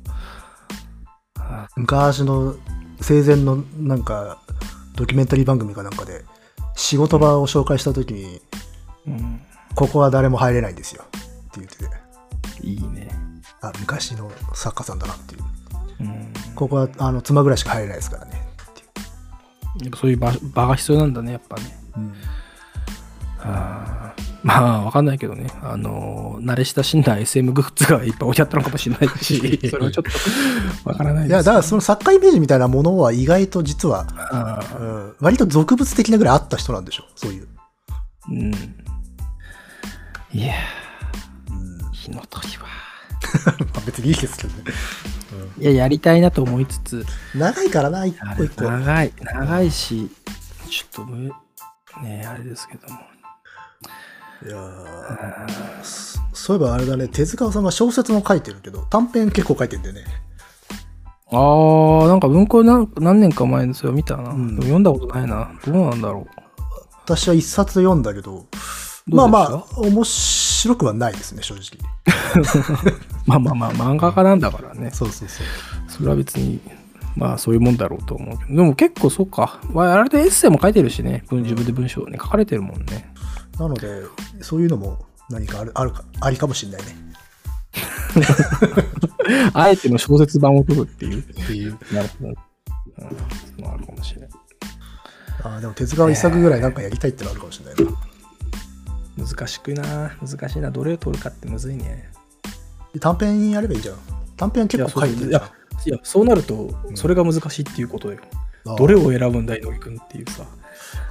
[SPEAKER 2] 昔の生前のなんかドキュメンタリー番組かなんかで仕事場を紹介した時に、
[SPEAKER 1] うん、
[SPEAKER 2] ここは誰も入れないんですよって言ってて
[SPEAKER 1] いいね。
[SPEAKER 2] あ昔の作家さんだなっていう
[SPEAKER 1] うん、
[SPEAKER 2] ここはあの妻ぐらいしか入れないですからねって
[SPEAKER 1] や
[SPEAKER 2] いう
[SPEAKER 1] っぱそういう場場が必要なんだね、やっぱね。あーまあ、わかんないけどね、あのー慣れ親しんだ SM グッズがいっぱい置いてあったのかもしれないし、 それはちょっとわからない
[SPEAKER 2] い
[SPEAKER 1] で
[SPEAKER 2] や
[SPEAKER 1] す。
[SPEAKER 2] だからその作家イメージみたいなものは意外と実は、
[SPEAKER 1] あ
[SPEAKER 2] う
[SPEAKER 1] ー
[SPEAKER 2] ん、割と俗物的なぐらいあった人なんでしょそういう、
[SPEAKER 1] うん、いや
[SPEAKER 2] うん
[SPEAKER 1] ー、火の鳥は。
[SPEAKER 2] まあ別にいいですけどね
[SPEAKER 1] いや、やりたいなと思いつつ、
[SPEAKER 2] 長いからな一
[SPEAKER 1] あ
[SPEAKER 2] 個
[SPEAKER 1] れ
[SPEAKER 2] 一個
[SPEAKER 1] 長い、長いし、ちょっとむ、ねあれですけども。
[SPEAKER 2] いやーそそういえばあれだね、手塚さんが小説も書いてるけど、短編結構書いてんだよね。
[SPEAKER 1] あー、なんか文庫何何年か前にそれを見たな。
[SPEAKER 2] うん
[SPEAKER 1] でも読んだことないな。どうなんだろ
[SPEAKER 2] 私は一冊読んだけど、
[SPEAKER 1] した
[SPEAKER 2] まあまあ、面白くはないですね、正直。
[SPEAKER 1] う。まあまあまあ、漫画家なんだからね。
[SPEAKER 2] そうそうそう。
[SPEAKER 1] それは別に、まあそういうもんだろうと思うけど。でも結構そうか。まああれでエッセイも書いてるしね。文自分で文章をね、書かれてるもんね。
[SPEAKER 2] なので、そういうのも何かあるあるかありかもしれないね。
[SPEAKER 1] あえての小説版を取るっていう。
[SPEAKER 2] っていう。
[SPEAKER 1] なるほど。うん、そのあるかもしれない。
[SPEAKER 2] あーでも手塚は一作ぐらいなんかやりたいってのあるかもしれないな。
[SPEAKER 1] 難しくな難しいなどれを取るかってむずいね
[SPEAKER 2] で短編やればいいじゃん。短編結構書いて
[SPEAKER 1] い
[SPEAKER 2] るじゃん
[SPEAKER 1] や。いやそうなるとそれが難しいっていうことよ、
[SPEAKER 2] あー
[SPEAKER 1] どれを選ぶんだ井上君っていうさ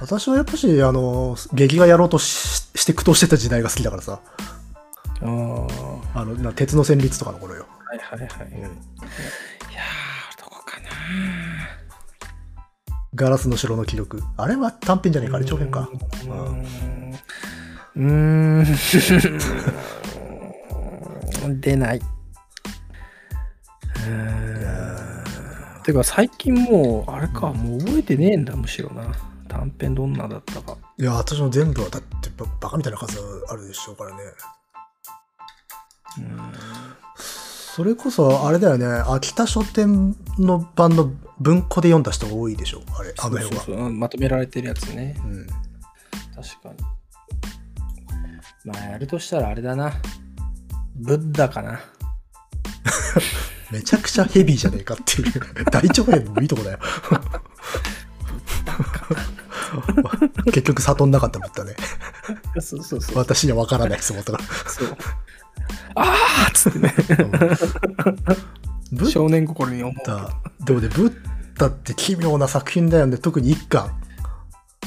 [SPEAKER 2] 私はやっぱし、あの、劇画やろうとしして苦闘してた時代が好きだからさ、
[SPEAKER 1] ああは
[SPEAKER 2] あの、な鉄の旋律とかの頃よ。
[SPEAKER 1] いはいはい、いやーどこかな
[SPEAKER 2] ガラスの城の記録。あれは短編じゃねえか、あれ長編か。
[SPEAKER 1] う
[SPEAKER 2] うん
[SPEAKER 1] ーんうーん 出ないうーんてか最近もうあれかもう覚えてねえんだむしろな短編どんなだったか
[SPEAKER 2] いや、私の全部はだってばバカみたいな数あるでしょうからね。それこそ、あれだよね、秋田書店の版の文庫で読んだ人多いでしょ、あれ、あの辺は。
[SPEAKER 1] そうそうそううんまとめられてるやつね
[SPEAKER 2] うん
[SPEAKER 1] 確かにまあやるとしたらあれだなブッダか な
[SPEAKER 2] めちゃくちゃヘビーじゃねえかっていう 大長編でもいいとこだよ 結局悟んなかったもんだね
[SPEAKER 1] そうそうそう
[SPEAKER 2] 私には分からないですもんだか
[SPEAKER 1] そう ああっつってね
[SPEAKER 2] ら、うんブッ
[SPEAKER 1] 少年心に思うあ
[SPEAKER 2] ダでもねブッダって奇妙な作品だよね特に一巻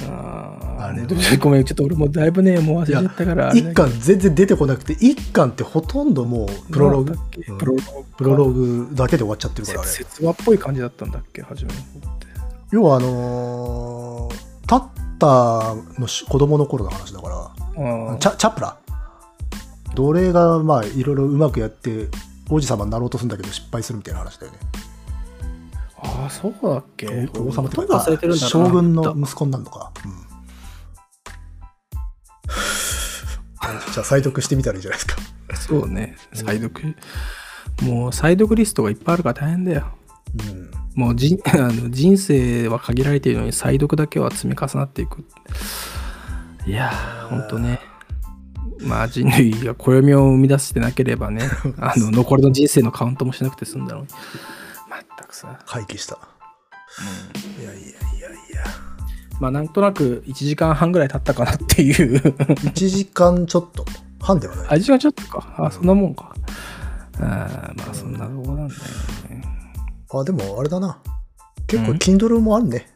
[SPEAKER 1] あ
[SPEAKER 2] あ
[SPEAKER 1] あ
[SPEAKER 2] れ
[SPEAKER 1] れごめんちょっと俺もだいぶねもう忘れちゃったからあれだ
[SPEAKER 2] 一
[SPEAKER 1] けど
[SPEAKER 2] 巻全然出てこなくて一巻ってほとんどもうプロローグ
[SPEAKER 1] なんだっけ
[SPEAKER 2] うん
[SPEAKER 1] プロローグ
[SPEAKER 2] プロローグだけで終わっちゃってるからあれ
[SPEAKER 1] せ説話っぽい感じだったんだっけ初めの方って
[SPEAKER 2] 要はあのータッターのし子供の頃の話だから
[SPEAKER 1] あ
[SPEAKER 2] チャチャプラ奴隷がまあいろいろうまくやって王子様になろうとするんだけど失敗するみたいな話だよね、
[SPEAKER 1] ああそうだっけ
[SPEAKER 2] 王様って
[SPEAKER 1] 俺忘れてるんだな
[SPEAKER 2] 将軍の息子になるのか、うん じゃあ再読してみたらいいじゃないですか
[SPEAKER 1] そうね再読もう再読リストがいっぱいあるから大変だよ
[SPEAKER 2] うん
[SPEAKER 1] もうじあの人 生は限られているのに再読だけは積み重なっていくいやーほんとねまあ人類が暦を生み出してなければねあの残りの人生のカウントもしなくて済んだのにまったくさ、
[SPEAKER 2] 回帰したいやいやいやいや
[SPEAKER 1] まあなんとなく1時間半ぐらい経ったかなっていう
[SPEAKER 2] 1時間ちょっと半ではない、
[SPEAKER 1] あ1時間ちょっとかあそんなもんかあーまあそんなとこなんだよね
[SPEAKER 2] あでもあれだな結構
[SPEAKER 1] うん
[SPEAKER 2] Kindle もあるね、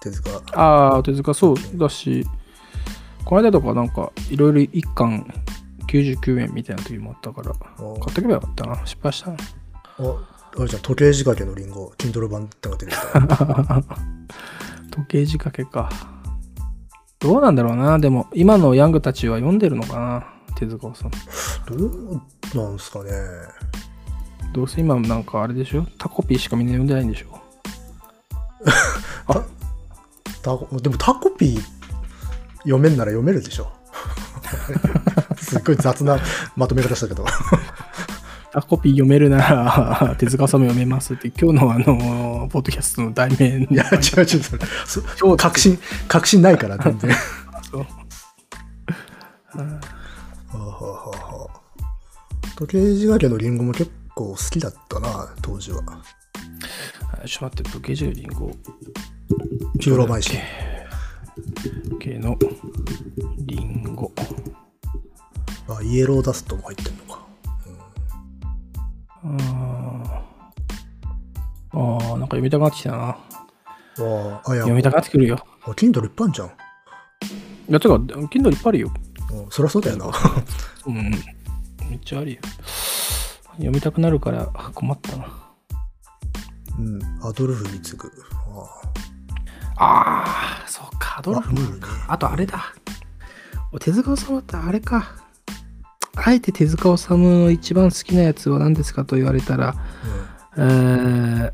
[SPEAKER 2] 手塚
[SPEAKER 1] ああ手塚そうだしこの間とかなんかいろいろ1巻99円みたいな時もあったから
[SPEAKER 2] お
[SPEAKER 1] 買ってけばよかったな失敗したな
[SPEAKER 2] ああれじゃん時計仕掛けのリンゴ Kindle 版ってのが出てき た
[SPEAKER 1] 時計仕掛けかどうなんだろうなでも今のヤングたちは読んでるのかな手塚さん
[SPEAKER 2] どうなんすかね
[SPEAKER 1] どうせ今なんかあれでしょタコピーしかみんな読んでないんでしょ
[SPEAKER 2] タコでもタコピー読めんなら読めるでし ょすっごい雑なまとめ方したけど
[SPEAKER 1] タコピー読めるなら 手塚さんも読めますって今日のあのポッドキャストの題名に
[SPEAKER 2] いや違う違うそれ
[SPEAKER 1] 超
[SPEAKER 2] そ確信確信ないから全然は
[SPEAKER 1] そう
[SPEAKER 2] あはあはあはあ時計仕掛けのリンゴも結構好きだったな当時は
[SPEAKER 1] あちょっと待って時計仕掛けリンゴ
[SPEAKER 2] ピューロマイシン
[SPEAKER 1] 系のリンゴ。
[SPEAKER 2] あイエローダストも入ってんのか
[SPEAKER 1] あーあー、なんか読みたくなってきたな。
[SPEAKER 2] あああいや
[SPEAKER 1] 読みたくなってくるよ。
[SPEAKER 2] あ Kindle いっぱいあんじゃん、
[SPEAKER 1] いや、てか、Kindle いっぱいあるよ。
[SPEAKER 2] うん、そりゃそうだよな
[SPEAKER 1] うん。めっちゃあるよ。読みたくなるからあ困ったな。
[SPEAKER 2] うんアドルフに次ぐああ
[SPEAKER 1] ああ、そうか、ドラフ
[SPEAKER 2] あいいね
[SPEAKER 1] あとあれだ。お手塚さんだったらあれか。あえて手塚治虫の一番好きなやつは何ですかと言われたら、えー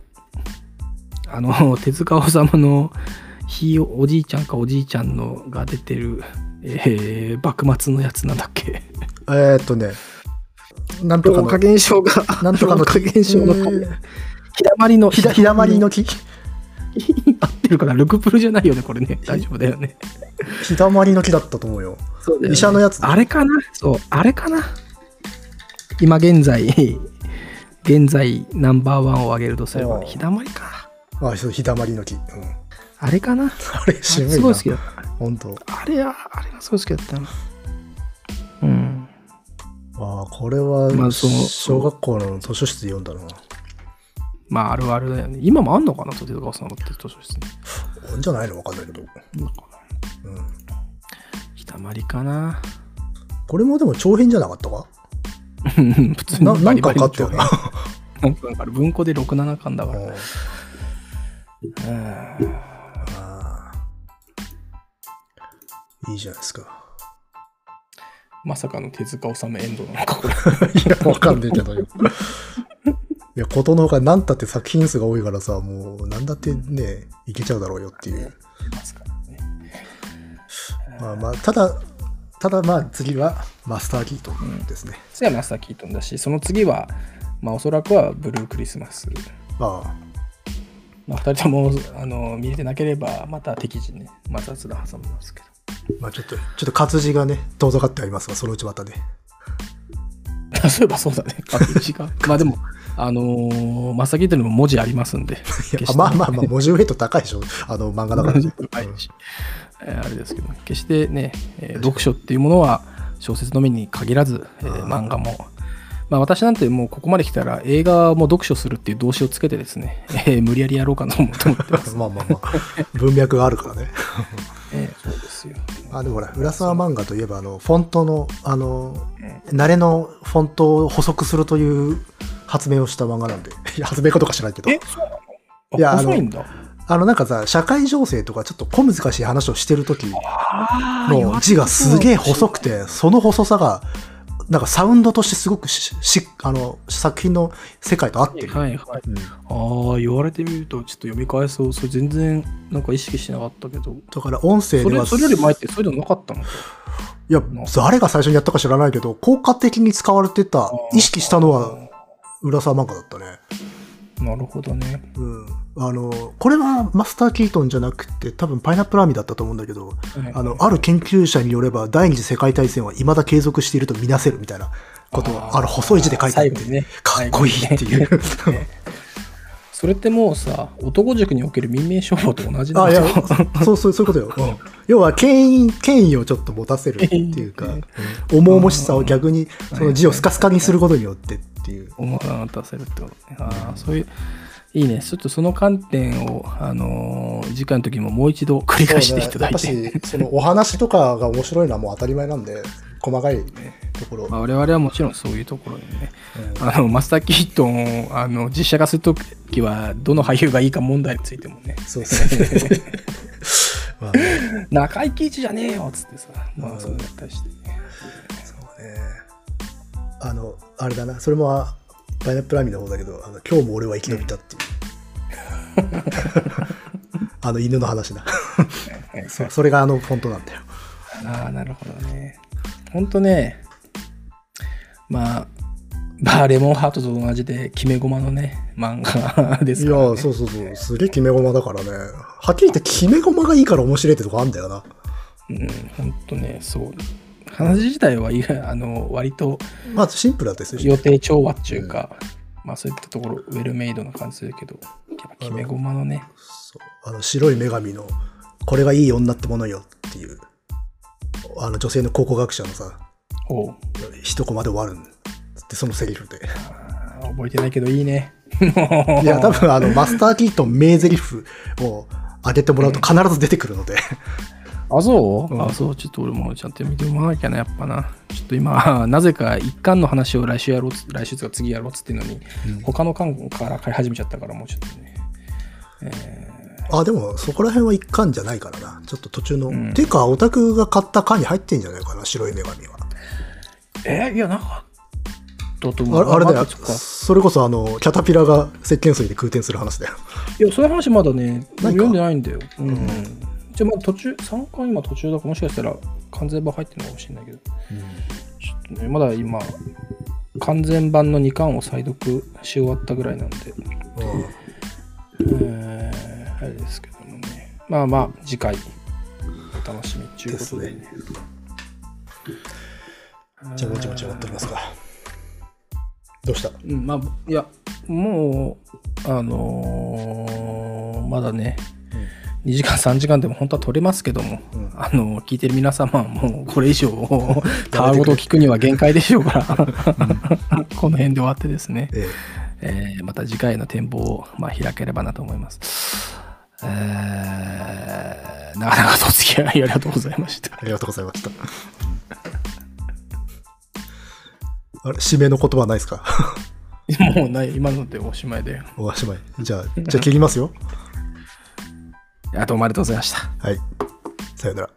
[SPEAKER 1] あの 手塚治虫のひいおじいちゃんかおじいちゃんのが出てる、えー幕末のやつなんだっけ
[SPEAKER 2] えーっとね、なんとか
[SPEAKER 1] 老化
[SPEAKER 2] の、
[SPEAKER 1] 現象が
[SPEAKER 2] なんとかの
[SPEAKER 1] 老 化現象の
[SPEAKER 2] え
[SPEAKER 1] 火
[SPEAKER 2] ー
[SPEAKER 1] だまりの
[SPEAKER 2] ひだ、ひだまりの 木
[SPEAKER 1] 合ってるからルクプルじゃないよねこれね大丈夫だよね
[SPEAKER 2] ひだまりの木だったと思うよ。
[SPEAKER 1] そうだよね
[SPEAKER 2] 医者のやつ
[SPEAKER 1] あれかなそうあれかな今現在 現在ナンバーワンを上げるとすれば
[SPEAKER 2] おう
[SPEAKER 1] 日だまりか
[SPEAKER 2] あ、そう、ひだまりの木。うん。あ
[SPEAKER 1] あれかな
[SPEAKER 2] れ、
[SPEAKER 1] あ
[SPEAKER 2] 渋
[SPEAKER 1] れ
[SPEAKER 2] いな。
[SPEAKER 1] すごい好きだった
[SPEAKER 2] 本当。
[SPEAKER 1] あれああれがすごい好きだったなうん
[SPEAKER 2] ああ、これは、
[SPEAKER 1] まあその
[SPEAKER 2] 小学校の図書室で読んだな。
[SPEAKER 1] まああるあるだよね今もあんのかな手塚さんって図書室に
[SPEAKER 2] あんじゃないのわかんないけど。
[SPEAKER 1] なんか
[SPEAKER 2] うん。
[SPEAKER 1] 日だまりかな
[SPEAKER 2] これもでも長編じゃなかったか
[SPEAKER 1] 普通
[SPEAKER 2] な
[SPEAKER 1] に
[SPEAKER 2] な
[SPEAKER 1] バ
[SPEAKER 2] ん
[SPEAKER 1] リ
[SPEAKER 2] か
[SPEAKER 1] バ
[SPEAKER 2] 分
[SPEAKER 1] リ
[SPEAKER 2] か
[SPEAKER 1] の
[SPEAKER 2] った
[SPEAKER 1] 長
[SPEAKER 2] よ
[SPEAKER 1] 編な
[SPEAKER 2] な。
[SPEAKER 1] んか分かる文庫で67巻だから
[SPEAKER 2] うん
[SPEAKER 1] うん
[SPEAKER 2] ああいいじゃないですか。
[SPEAKER 1] まさかの手塚治虫エンドなのかこれ
[SPEAKER 2] いや、わかんねえけどよ。いや、ことのほか何たって作品数が多いからさ、もう何だってね、いけちゃうだろうよっていう。
[SPEAKER 1] ますからね
[SPEAKER 2] まあまあ、ただ、ただまあ次はマスターキートンですね。
[SPEAKER 1] 次はマスター・キートンだし、その次は、まあ、おそらくはブルークリスマス。
[SPEAKER 2] ああ、
[SPEAKER 1] まあ、2人ともあの見れてなければ、また敵陣ね、また津田挟みますけど。
[SPEAKER 2] まあちょっと、ちょっと活字がね、遠ざかってありますが、そのうちまたね。
[SPEAKER 1] そういえばそうだね、 あと一時間まあでも、あのーマスター・キートンにも文字あります んで、
[SPEAKER 2] いや
[SPEAKER 1] 決して
[SPEAKER 2] まあまあまあ、文字ウェイト高いでしょ、あの漫画だからね。
[SPEAKER 1] はいしえーあれですけど、決してね、えー読書っていうものは小説のみに限らず、えー漫画も、まあ、私なんてもうここまで来たら映画も読書するっていう動詞をつけてですね、えー無理やりやろうかなと思 ってます。
[SPEAKER 2] まあまあまあ、文脈があるからね。
[SPEAKER 1] えーそうですよ。
[SPEAKER 2] あでもほら浦沢漫画といえばあのフォントのあの
[SPEAKER 1] え
[SPEAKER 2] 慣れのフォントを補足するという発明をした漫画なんでいや発明かとか知らないけど
[SPEAKER 1] え、そう
[SPEAKER 2] い
[SPEAKER 1] なのあ
[SPEAKER 2] やあの
[SPEAKER 1] 細いんだ。
[SPEAKER 2] あのなんかさ社会情勢とかちょっと小難しい話をしてる時
[SPEAKER 1] あー
[SPEAKER 2] の字がすげえ細くてその細さがなんかサウンドとしてすごくししあの作品の世界と合ってる、
[SPEAKER 1] はいはい。
[SPEAKER 2] うん
[SPEAKER 1] ああ、言われてみると、ちょっと読み返そう。それ全然、なんか意識しなかったけど。
[SPEAKER 2] だから音声
[SPEAKER 1] そ
[SPEAKER 2] で
[SPEAKER 1] れ
[SPEAKER 2] は
[SPEAKER 1] それより前ってそういうのなかったのか。
[SPEAKER 2] いや誰が最初にやったか知らないけど効果的に使われてた意識したのは浦沢漫画だったね。
[SPEAKER 1] なるほどね。
[SPEAKER 2] うん、あのこれはマスター・キートンじゃなくて多分パイナップルアーミーだったと思うんだけどあのある研究者によれば第二次世界大戦はいまだ継続しているとみなせるみたいなことを
[SPEAKER 1] あ
[SPEAKER 2] あ
[SPEAKER 1] ー
[SPEAKER 2] の細い字で書いてあっ
[SPEAKER 1] 最後
[SPEAKER 2] て、
[SPEAKER 1] にね
[SPEAKER 2] かっこいいっていう、
[SPEAKER 1] それってもうさ、男塾における民命商法と同じなん
[SPEAKER 2] あい
[SPEAKER 1] だ
[SPEAKER 2] や
[SPEAKER 1] よ。
[SPEAKER 2] そうそうそういうことよ、うん要は権威権威をちょっと持たせるっていうか、うん重々しさを逆にその字をスカスカにすることによってっていう、
[SPEAKER 1] 思わなかったせるってことね。ああ、そういう。いいね。ちょっとその観点を、あのー次回の時ももう一度繰り返していただいて。
[SPEAKER 2] やっぱしそのお話とかが面白いのはもう当たり前なんで細かいところ、
[SPEAKER 1] まあ、我々はもちろんそういうところでね、あのマスター・キートンをあの実写化するときはどの俳優がいいか問題についてもね
[SPEAKER 2] そう ですね。まあね、
[SPEAKER 1] 「中井貴一じゃねえよ」っつってさまあそうだったりして、
[SPEAKER 2] そうね。あの、あれだな、それもあパイナップルアミの方だけど、あの今日も俺は生き延びたっ ていう。あの犬の話だ。
[SPEAKER 1] はい
[SPEAKER 2] そそれがあのフォントなんだよ。
[SPEAKER 1] ああなるほどねほんとねまあまあレモンハートと同じで決め駒のね漫画ですから、ね、
[SPEAKER 2] いや、そうそうそう、すげえ決め駒だからね。はっきり言って決め駒がいいから面白いってとこあんだよな。
[SPEAKER 1] うんほんとねそう話自体はいいあの割と
[SPEAKER 2] まあシンプルだったですよ。
[SPEAKER 1] 予定調和っていうか、まあそういったところウェルメイドな感じするけどやっぱ決め駒のね
[SPEAKER 2] そうあの白い女神のこれがいい女ってものよっていう、あの女性の考古学者のさ、
[SPEAKER 1] おう
[SPEAKER 2] 一コマで終わるんつってそのセリフで。
[SPEAKER 1] あー覚えてないけどいいね
[SPEAKER 2] いや、多分あの、マスター・キートン名台詞を上げてもらうと必ず出てくるので、
[SPEAKER 1] あそう、
[SPEAKER 2] うん
[SPEAKER 1] あそうちょっと俺もちゃんと見てもらわなきゃなやっぱなちょっと今 なぜか一巻の話を来週やろうつ来週とか次やろうっつってんのに、他の巻から買い始めちゃったからもうちょっとね
[SPEAKER 2] あ、でもそこら辺は一巻じゃないからな。ちょっと途中の。ていうか、オタクが買った巻に入ってんじゃないかな、白い女神は。
[SPEAKER 1] えいや、なかったと思う。
[SPEAKER 2] ああれだ
[SPEAKER 1] ま
[SPEAKER 2] よ
[SPEAKER 1] たそっか
[SPEAKER 2] それこそあのキャタピラが石鹸水で空転する話だよ
[SPEAKER 1] いや、そういう話まだね、
[SPEAKER 2] ないか
[SPEAKER 1] 読んでないんだよ。うん。じゃあ、まあ途中、3巻今途中だから、もしかしたら完全版入ってるのかもしれないけど、ちょっとね、まだ今、完全版の2巻を再読し終わったぐらいなんで、
[SPEAKER 2] うん
[SPEAKER 1] えー、あれですけどもね。まあまあ、次回、お楽しみという
[SPEAKER 2] で
[SPEAKER 1] こ
[SPEAKER 2] す
[SPEAKER 1] とで。
[SPEAKER 2] ねじゃあぼちぼち終わっておりますかどうした
[SPEAKER 1] うん、まあ、いや、もう、あのーまだね、2時間、3時間でも本当は取れますけども、
[SPEAKER 2] うん
[SPEAKER 1] あのー聞いてる皆様はもうこれ以上、た
[SPEAKER 2] や
[SPEAKER 1] わ
[SPEAKER 2] めて
[SPEAKER 1] ご
[SPEAKER 2] く
[SPEAKER 1] と
[SPEAKER 2] れ
[SPEAKER 1] 聞くには限界でしょうから、 この辺で終わってですね、
[SPEAKER 2] え
[SPEAKER 1] えーまた次回の展望を、まあ、開ければなと思います。えー、なかなかとお付き合いありがとうございました。
[SPEAKER 2] ありがとうございましたあれ締めの言葉ないですか
[SPEAKER 1] もうない、今のでおしまいで。
[SPEAKER 2] おしまいじゃあじゃあ切りますよ
[SPEAKER 1] あどうもありがとうございました。
[SPEAKER 2] はいさよなら